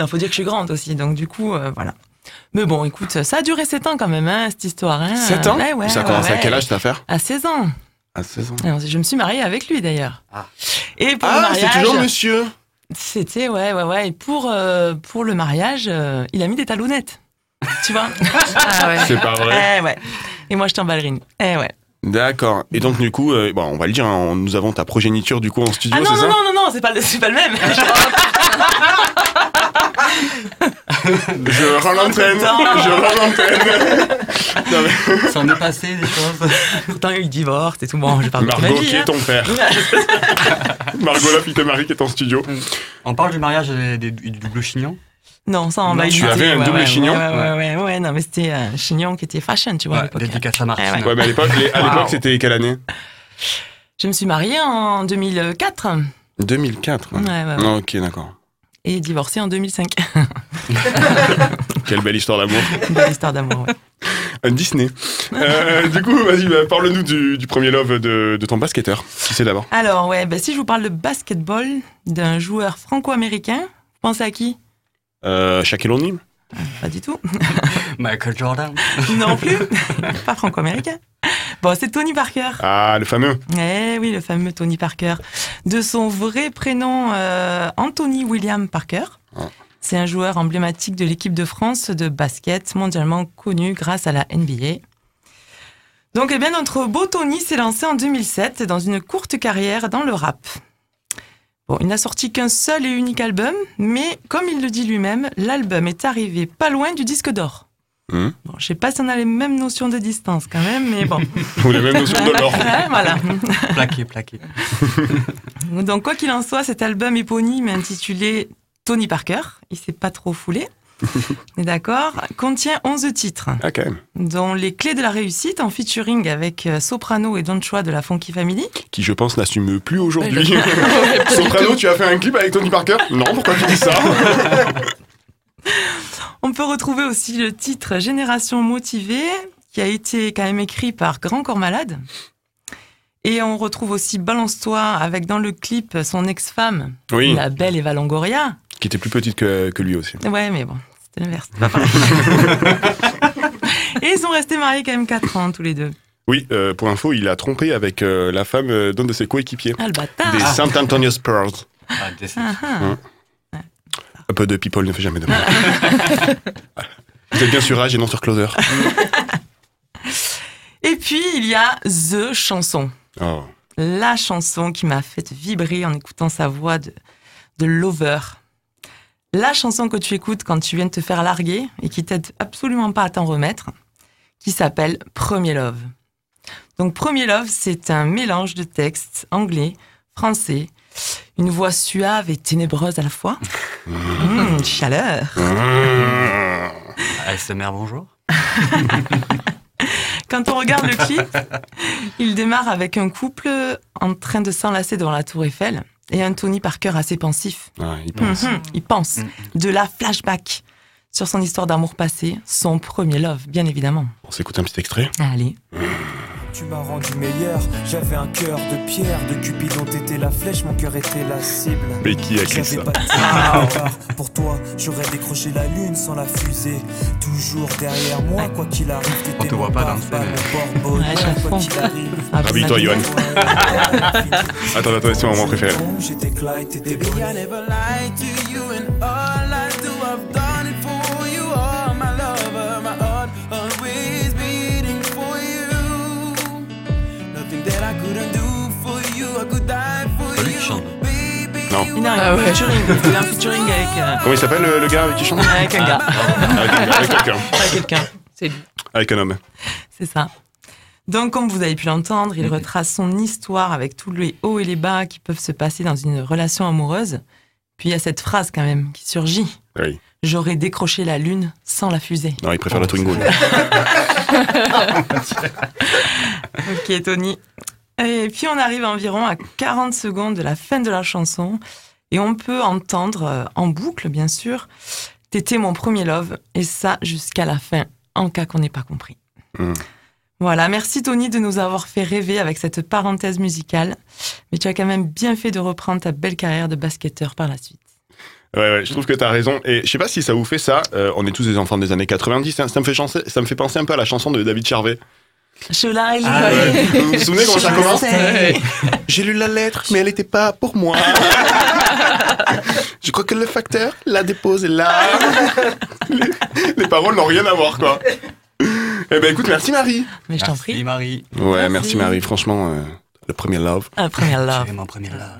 S16: non, faut dire que je suis grande aussi, donc du coup, euh, voilà. Mais bon, écoute, ça a duré 7 ans quand même, hein, cette histoire. Hein.
S1: 7 ans
S16: Ouais, ouais,
S1: Ça a
S16: ouais,
S1: commencé à
S16: ouais.
S1: quel âge cette affaire
S16: À 16 ans.
S1: À 16 ans.
S16: Alors, je me suis mariée avec lui d'ailleurs.
S8: Ah.
S16: Et pour le
S1: Ah, c'est
S16: mariage,
S1: toujours monsieur
S16: c'était ouais ouais ouais. Et pour euh, pour le mariage, euh, il a mis des talonnettes. Tu vois Ah ouais.
S1: C'est pas vrai.
S16: Eh ouais. Et moi, je suis en ballerine. Eh ouais.
S1: D'accord. Et donc, du coup, euh, bon, on va le dire, hein, on- nous avons ta progéniture du coup en studio,
S16: ah non
S1: c'est
S16: non,
S1: ça
S16: non non non, c'est pas le- c'est pas le même.
S1: Je rends l'antenne.
S16: Attends.
S1: Je rends l'antenne. Non, mais-
S8: Ça en est passé, des choses.
S16: Ah,
S4: hein.
S16: Pourtant, il divorce et tout. Bon, je parle de ma
S1: Margot,
S16: vie,
S1: qui
S16: hein.
S1: est ton père Margot Lafitte et Marie qui est en studio.
S8: On parle du mariage et des- du double chignon
S4: Non, ça, on
S8: Non,
S4: va
S8: tu
S4: éviter,
S8: avais un
S4: ouais,
S8: double
S4: ouais,
S8: chignon
S4: Ouais, ouais, ouais, ouais, ouais, non, mais c'était un chignon qui était fashion, tu vois. à l'époque.
S8: dédicace à Martine.
S4: Ouais,
S1: Eh Ouais, mais à l'époque, les- à l'époque,
S4: Waouh.
S1: c'était quelle année
S4: Je me suis mariée en 2004
S1: 2004.
S4: Ouais, ouais, ouais.
S1: Non, ok, d'accord.
S4: et divorcée en 2005.
S1: Quelle belle histoire d'amour.
S4: Belle histoire d'amour, ouais.
S1: Un Disney. Euh, du coup, vas-y, bah, parle-nous du, du premier love de, de ton basketteur. Qui c'est d'abord
S4: Alors, ouais, bah, si je vous parle de basketball, d'un joueur franco-américain, pensez à qui
S1: euh, Shaquille O'Neal
S4: Pas du tout.
S8: Michael Jordan.
S4: Non plus. Pas franco-américain. Bon, c'est Tony Parker.
S1: Ah, le fameux.
S4: Eh oui, le fameux Tony Parker. De son vrai prénom, euh, Anthony William Parker. C'est un joueur emblématique de l'équipe de France de basket mondialement connu grâce à la NBA. Donc, eh bien, notre beau Tony s'est lancé en 2007 dans une courte carrière dans le rap. Bon, il n'a sorti qu'un seul et unique album, mais comme il le dit lui-même, l'album est arrivé pas loin du disque d'or.
S1: Hum.
S4: Bon, je sais pas si on a les mêmes notions de distance quand même, mais bon.
S1: Ou les mêmes notions de l'or.
S4: Ouais, voilà.
S8: Plaqué, plaqué.
S4: Donc, quoi qu'il en soit, cet album éponyme intitulé Tony Parker, il s'est pas trop foulé, on est d'accord, contient 11 titres,
S1: Ah, quand même.
S4: dont Les Clés de la Réussite en featuring avec euh, Soprano et Don Chua de la Funky Family.
S1: Qui, je pense, n'assume plus aujourd'hui.
S4: Ouais, je- Pas du
S1: Soprano,
S4: tout.
S1: tu as fait un clip avec Tony Parker Non, pourquoi tu dis ça
S4: On peut retrouver aussi le titre Génération motivée, qui a été quand même écrit par Grand Corps Malade. Et on retrouve aussi Balance-toi avec dans le clip son ex-femme,
S1: Oui.
S4: la belle Eva Longoria.
S1: Qui était plus petite que, que lui aussi.
S4: Ouais, mais bon, c'était l'inverse. Et ils sont restés mariés quand même 4 ans tous les deux.
S1: Oui, euh, pour info, il a trompé avec euh, la femme euh, d'un de ses coéquipiers.
S4: Ah, le bâtard
S1: Des Saint Antonio Spurs.
S8: Ah,
S4: Ah, ah.
S1: Hein. Un peu de people ne fait jamais de mal. Vous êtes bien sur Rage et non sur Closer.
S4: Et puis il y a The Chanson.
S1: Oh.
S4: la chanson qui m'a fait vibrer en écoutant sa voix de, de lover. La chanson que tu écoutes quand tu viens de te faire larguer et qui t'aide absolument pas à t'en remettre, qui s'appelle Premier Love. Donc Premier Love, c'est un mélange de textes anglais, français, une voix suave et ténébreuse à la fois. Mmh, chaleur.
S8: ASMR, bonjour.
S4: Quand on regarde le clip, il démarre avec un couple en train de s'enlacer devant la tour Eiffel et un Tony Parker assez pensif.
S1: Ouais, Ah, il pense.
S4: Mhm, il pense. De la flashback sur son histoire d'amour passé, son premier love, bien évidemment.
S1: On s'écoute un petit extrait.
S4: Allez.
S14: Tu m'as rendu meilleur, j'avais un cœur de pierre, de cupidon t'étais la flèche, mon cœur était la cible.
S1: Mais qui a écrit
S14: J'avais
S1: ça
S14: pas de hasard. Ah. Pour toi, j'aurais décroché la lune sans la fusée. Toujours derrière moi, quoi qu'il arrive, t'étais
S8: On te voit pas dans le
S14: mon
S8: film.
S14: bonheur,
S4: Ouais, je
S14: quoi
S4: comprends.
S14: qu'il arrive.
S4: Ah,
S1: Ravi toi, Johan. attends, attends, c'est mon moment préféré.
S14: J'étais Clyde, t'étais
S2: Baby, I
S14: bonne.
S2: never lied to you, and all I do, I've done it for you. Oh, my lover, my heart always beating for you. Nothing that I couldn't do for you, I could die for you.
S1: Non.
S4: Il a un featuring, il a un featuring avec, euh,
S1: Comment il s'appelle le, le gars avec qui il chante
S4: avec un gars.
S1: Avec un gars, avec quelqu'un.
S4: Avec quelqu'un. C'est lui.
S1: Avec un homme.
S4: C'est ça. Donc, comme vous avez pu l'entendre,
S1: Mhm.
S4: il retrace son histoire avec tous les hauts et les bas qui peuvent se passer dans une relation amoureuse. Puis il y a cette phrase quand même qui surgit.
S1: Oui.
S4: J'aurais décroché la lune sans la fusée.
S1: Non, il préfère la Twingo. lui.
S4: Ok, Tony. Et puis on arrive environ à 40 secondes de la fin de la chanson et on peut entendre euh, en boucle, bien sûr, T'étais mon premier love et ça jusqu'à la fin, en cas qu'on n'ait pas compris.
S1: Hmm.
S4: Voilà, merci Tony de nous avoir fait rêver avec cette parenthèse musicale, mais tu as quand même bien fait de reprendre ta belle carrière de basketteur par la suite.
S1: Ouais, ouais, je trouve que t'as raison. Et je sais pas si ça vous fait ça. euh, on est tous des enfants des années 90. Ça, ça me fait chancer- ça me fait penser un peu à la chanson de David Charvet.
S4: Chola, il
S1: Ah ouais. Vous vous souvenez comment ça commence
S17: J'ai lu la lettre, mais elle n'était pas pour moi.
S1: Je crois que le facteur la dépose là. les, les paroles n'ont rien à voir, quoi. Eh ben écoute, merci Marie.
S4: Mais je t'en prie.
S8: Marie.
S1: Ouais, merci Marie. Franchement, euh, le premier love.
S4: Un premier love.
S8: Mon premier love.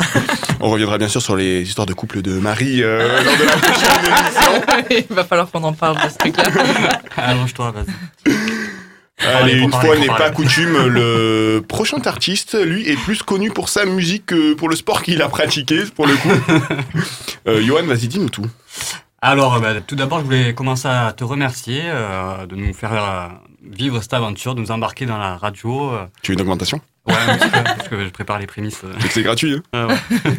S1: On reviendra bien sûr sur les histoires de couple de Marie euh, lors de la
S18: Il va falloir qu'on en parle de ce truc-là.
S8: Allonge-toi, vas-y.
S1: Allez,
S8: Allez,
S1: une
S8: pour
S1: fois
S8: parler,
S1: n'est
S8: pour
S1: pas
S8: parler.
S1: coutume, le prochain artiste, lui, est plus connu pour sa musique que pour le sport qu'il a pratiqué, pour le coup. Euh, Johan, vas-y, dis-nous tout.
S8: Alors, euh, bah, tout d'abord, je voulais commencer à te remercier euh, de nous faire euh, vivre cette aventure, de nous embarquer dans la radio. euh.
S1: Tu veux une augmentation
S8: Ouais, un petit peu, parce que je prépare les prémices. euh.
S1: C'est que c'est gratuit. hein.
S8: Ah ouais.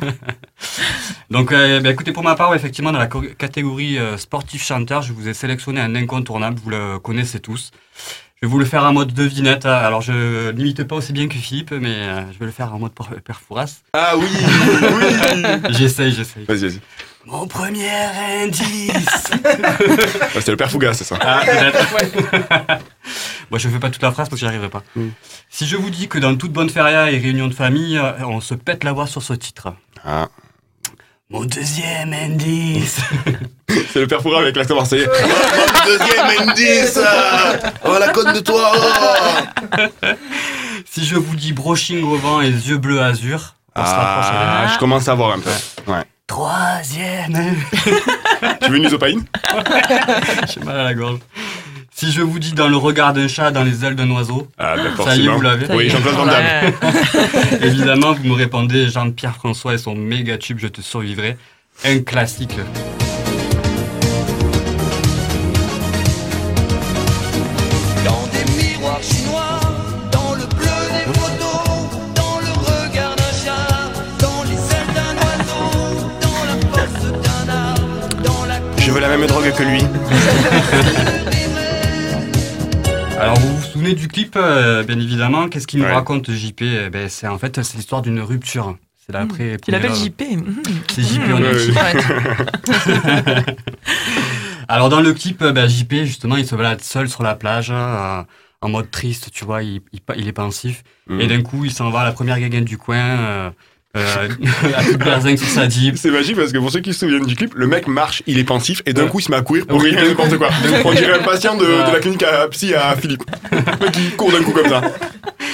S8: Donc, euh, bah, écoutez, pour ma part, ouais, effectivement, dans la co- catégorie euh, sportif chanteur, je vous ai sélectionné un incontournable, vous le connaissez tous. Je vais vous le faire en mode devinette. hein. Alors, je n'imite pas aussi bien que Philippe, mais euh, je vais le faire en mode per- perforas.
S1: Ah oui, oui
S8: J'essaye, j'essaye.
S1: Vas-y, vas-y.
S8: Mon premier indice
S1: Ah, C'était le père Fougas, c'est ça
S8: Ah, peut-être. Bon, je fais pas toute la phrase parce que j'y arriverai pas. Si je vous dis que dans toute bonne feria et réunion de famille, euh, on se pète la voix sur ce titre.
S1: Ah.
S8: Mon deuxième indice.
S1: C'est le père Fougas avec l'accent marseillais.
S14: Deuxième indice Oh la conne de toi
S8: si je vous dis broching au vent et yeux bleus azur, on se rapproche.
S1: Ah,
S8: avec-
S1: je commence à voir un peu. Ouais.
S8: Troisième.
S1: Tu veux une isopaïne
S8: J'ai mal à la gorge. Si je vous dis dans le regard d'un chat, dans les ailes d'un oiseau,
S1: Ah, bah,
S8: ça y est,
S1: forcément.
S8: vous l'avez.
S1: Oui, Jean-Claude Van Damme.
S8: Évidemment, vous me répondez Jean-Pierre François et son méga tube Je te survivrai. Un classique.
S19: Dans des miroirs chinois, dans le bleu des photos, dans le regard d'un chat, dans les ailes d'un oiseau, dans la force d'un arbre, dans la
S1: Je veux la même drogue que lui.
S8: Alors vous vous souvenez du clip, euh, bien évidemment. Qu'est-ce qu'il nous raconte JP Eh ben, C'est en fait c'est l'histoire d'une rupture. C'est l'après.
S7: Il
S8: première- euh,
S7: appelle JP. mhm.
S8: C'est JP,
S7: Mhm.
S8: on est petit. Alors dans le clip, euh, bah, JP justement, il se balade seul sur la plage, euh, en mode triste, tu vois, il, il, pa- il est pensif.
S1: Mhm.
S8: Et d'un coup, il s'en va à la première gaguine du coin, euh, euh, à toute berzingue sur sa Jeep.
S1: C'est magique parce que pour ceux qui se souviennent du clip, le mec marche, il est pensif et d'un coup il se met à courir pour
S8: Oui.
S1: rien n'importe quoi. On dirait un patient de, de la clinique à psy à Philippe. Le mec il court d'un coup comme ça.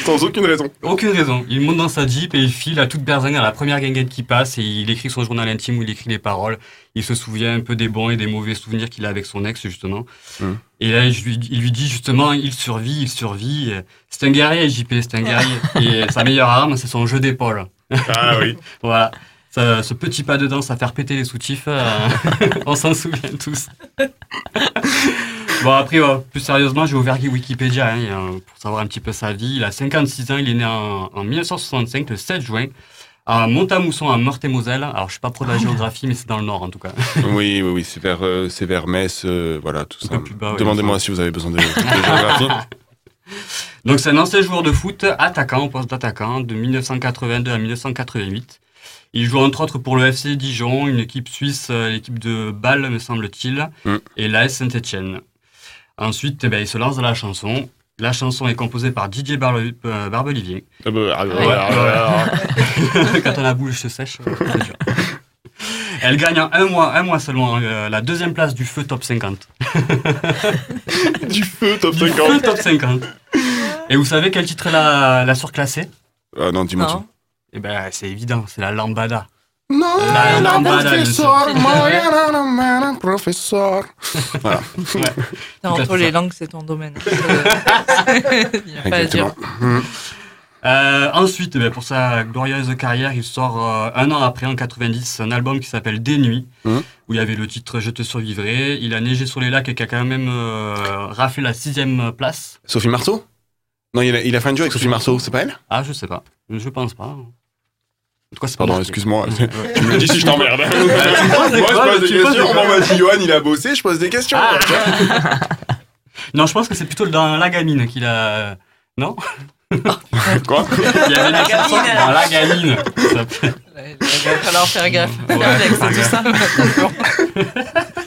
S1: Sans aucune raison.
S8: Aucune raison. Il monte dans sa Jeep et il file à toute berzingue à la première guinguette qui passe et il écrit son journal intime où il écrit les paroles. Il se souvient un peu des bons et des mauvais souvenirs qu'il a avec son ex, justement.
S1: Mhm.
S8: Et là, je lui- il lui dit justement, il survit, il survit. C'est un guerrier, JP, c'est un guerrier. et sa meilleure arme, c'est son jeu d'épaule.
S1: Ah oui.
S8: voilà. Ça- ce petit pas de danse à faire péter les soutifs, euh, on s'en souvient tous. Bon, après, ouais, plus sérieusement, j'ai ouvert Wikipédia hein, et, euh, pour savoir un petit peu sa vie. Il a 56 ans, il est né en, en 1965, le 7 juin, à Montamousson, en Meurthe-et-Moselle. Alors, je suis pas pro de la géographie, mais c'est dans le nord en tout cas.
S1: Oui, oui, oui, c'est vers, euh, c'est vers Metz, euh, voilà, tout ça.
S8: plus bas, ouais,
S1: Demandez-moi
S8: ça.
S1: si vous avez besoin de, de géographie. Ah
S8: Donc, c'est un ancien joueur de foot, attaquant, au poste d'attaquant, de 1982 à 1988. Il joue entre autres pour le FC Dijon, une équipe suisse, euh, l'équipe de Bâle, me semble-t-il,
S1: Mm.
S8: et l'AS Saint-Etienne. Ensuite, eh ben, il se lance dans la chanson. La chanson est composée par Didier Barbe- euh, Barbelivier.
S1: Ah bah, ah bah,
S8: Ouais,
S1: ah bah, ah
S8: ouais. Quand on a la bouche sèche, euh, c'est dur. Elle gagne en un mois, un mois seulement euh, la deuxième place du feu top 50.
S1: bah. du feu, top
S8: Du
S1: 50.
S8: feu top 50. Et vous savez quel titre l'a, l'a surclassé
S1: Ah non, dis-moi tout.
S8: Eh ben c'est évident, c'est la lambada.
S14: Non,
S8: La lambada, bien sûr.
S1: professeur. Voilà.
S20: Non,
S8: Tout à
S20: entre
S8: fait
S20: les
S8: ça.
S20: langues, c'est ton domaine. Il n'y a pas à dire.
S8: Euh, ensuite, eh ben, pour sa glorieuse carrière, il sort euh, un an après, en 90, un album qui s'appelle Des Nuits,
S1: Mhm.
S8: où il y avait le titre Je te survivrai. Il a neigé sur les lacs et qui a quand même euh, raflé la sixième place.
S1: Sophie Marceau Non, il a, il a fait un duo avec Sophie Marceau, c'est pas elle
S8: Ah, je sais pas. Je pense pas. En tout cas, c'est pas
S1: Pardon,
S8: marqué.
S1: excuse-moi. tu me dis si je t'emmerde. Moi,
S8: tu poses des
S1: je pose
S8: codes,
S1: des
S8: tu poses des
S1: questions.
S8: Ah. codes.
S1: Moi, m'a dit Johan, il a bossé, je pose des questions.
S8: Ah Non, je pense que c'est plutôt dans La Gamine qu'il a. Non
S1: Quoi
S8: Il y
S20: La
S8: avait la chanson
S20: Gamine.
S8: dans La Gamine. qui s'appelle-
S20: Il va falloir faire gaffe.
S8: Ouais,
S20: Alex,
S8: faire
S20: c'est tout
S8: gaffe.
S20: ça.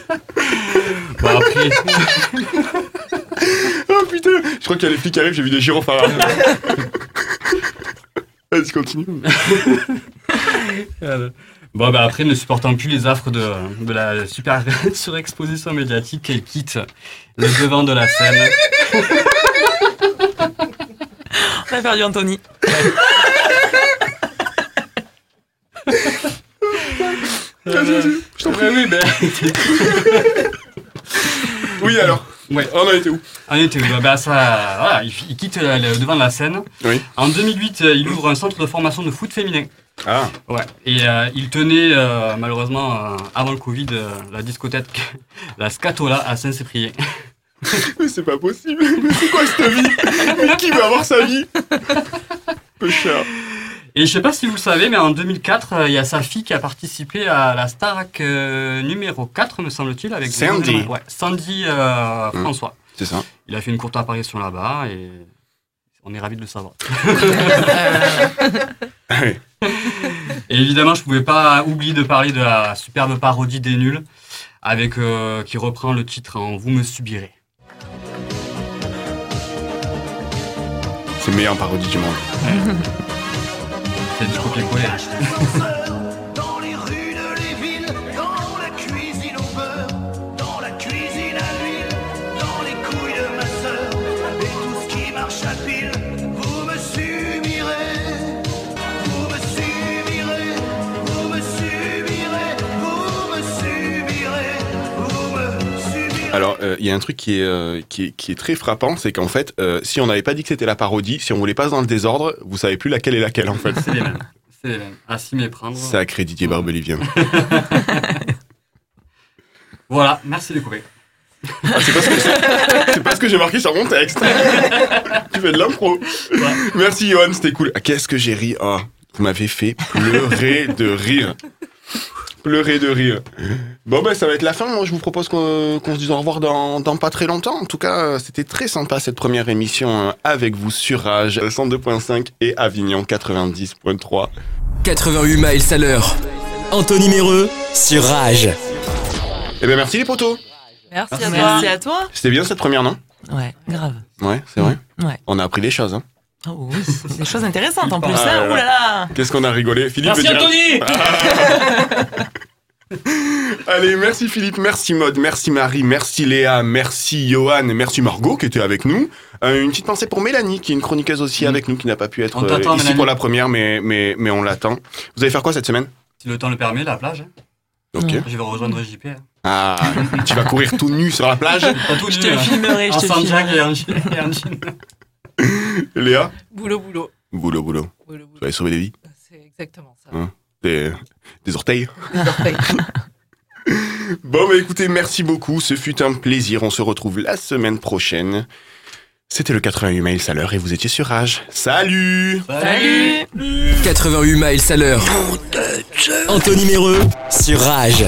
S8: Bon, après.
S1: Oh putain Je crois qu'il y a les flics qui arrivent, j'ai vu des gyrophares. Vas-y, continue.
S8: Euh, Bon, bah après, ne supportant plus les affres de, de la super surexposition médiatique, elle quitte le devant de la scène.
S7: On a perdu Anthony.
S8: Euh,
S1: je t'en prie.
S8: ouais, oui, ben,
S1: Oui, alors
S8: Ouais.
S1: On en était où
S8: On était où Bah, bah, ça, voilà, il, il quitte euh, le devant de la scène.
S1: Oui.
S8: En 2008, euh, il ouvre un centre de formation de foot féminin.
S1: Ah.
S8: Ouais. Et euh, il tenait, euh, malheureusement, euh, avant le Covid, euh, la discothèque, la Scatola à Saint-Cyprien.
S1: Mais c'est pas possible. Mais c'est quoi cette vie Mais qui veut avoir sa vie Peu cher.
S8: Et je sais pas si vous le savez, mais en 2004, euh, il y a sa fille qui a participé à la Starac euh, numéro 4, me semble-t-il, avec
S1: Sandy.
S8: Ouais, Sandy euh,
S1: Mm.
S8: François.
S1: C'est ça.
S8: Il a fait une courte apparition là-bas et on est ravis de le savoir. et évidemment, je pouvais pas oublier de parler de la superbe parodie des nuls avec euh, qui reprend le titre en Vous me subirez.
S1: C'est le meilleur parodie du monde.
S8: C'est du copier-coller. hein.
S14: Dans les rues de les villes, dans la cuisine au beurre, dans la cuisine à l'huile, dans les couilles de ma sœur, et tout ce qui marche à pile, vous me subirez, vous me subirez, vous me subirez, vous me subirez, vous me subirez.
S1: Alors, euh, il y a un truc qui est, euh, qui est, qui est très frappant, c'est qu'en fait, euh, si on n'avait pas dit que c'était la parodie, si on vous les passe dans le désordre, vous savez plus laquelle est laquelle en fait.
S8: C'est les mêmes. C'est les mêmes. À s'y méprendre.
S1: Sacré Didier Barbelivien.
S8: Voilà, merci de couper.
S1: c'est parce que C'est pas ce que j'ai marqué sur mon texte. tu fais de l'impro. Merci Johan, c'était cool. Ah, Qu'est-ce que j'ai ri. Ah, vous m'avez fait pleurer de rire. Pleurer de rire. Bon ben ça va être la fin. Moi je vous propose qu'on qu'on se dise au revoir dans, dans pas très longtemps. En tout cas, euh, c'était très sympa cette première émission euh, avec vous sur Rage 102.5 et Avignon 90.3.
S2: 88 miles à l'heure. Anthony Méreux sur Rage.
S1: Eh ben merci les potos.
S7: Merci,
S8: à toi.
S7: Merci à toi.
S1: C'était bien cette première non
S7: Ouais, grave.
S1: Ouais, c'est vrai.
S7: Ouais.
S1: On a appris des choses. Hein.
S7: Oh oui, c'est des choses intéressantes en plus.
S1: Ah là
S7: hein.
S1: là.
S7: Ouh là là.
S1: Qu'est-ce qu'on a rigolé Philippe
S7: Merci,
S1: veut dire-
S7: Anthony
S1: Allez, merci Philippe, merci Maude, merci Marie, merci Léa, merci Johan, merci Margot qui était avec nous. Euh, une petite pensée pour Mélanie qui est une chroniqueuse aussi avec nous qui n'a pas pu être
S8: Mm. On t'attend,
S1: euh, ici
S8: Mélanie.
S1: pour la première mais, mais, mais on l'attend. Vous allez faire quoi cette semaine
S8: Si le temps le permet, la plage. hein.
S1: Ok.
S8: Je vais rejoindre JP. hein.
S1: Ah, tu vas courir tout nu sur la plage
S8: Pas tout
S7: Je
S8: nu,
S7: te
S8: hein.
S7: filmerai, je
S8: En
S7: te
S8: sandjak
S7: filmerai.
S8: et en jean- et en jean.
S1: Léa
S20: Boulot, boulot.
S1: Boulot, boulot. Tu vas aller sauver des vies
S20: C'est exactement ça.
S1: Hein des, des orteils Bon, bah écoutez, merci beaucoup. Ce fut un plaisir. On se retrouve la semaine prochaine. C'était le 88 mail à l'heure et vous étiez sur Rage. Salut
S2: Salut 88 miles à l'heure. Anthony Méreux sur Rage.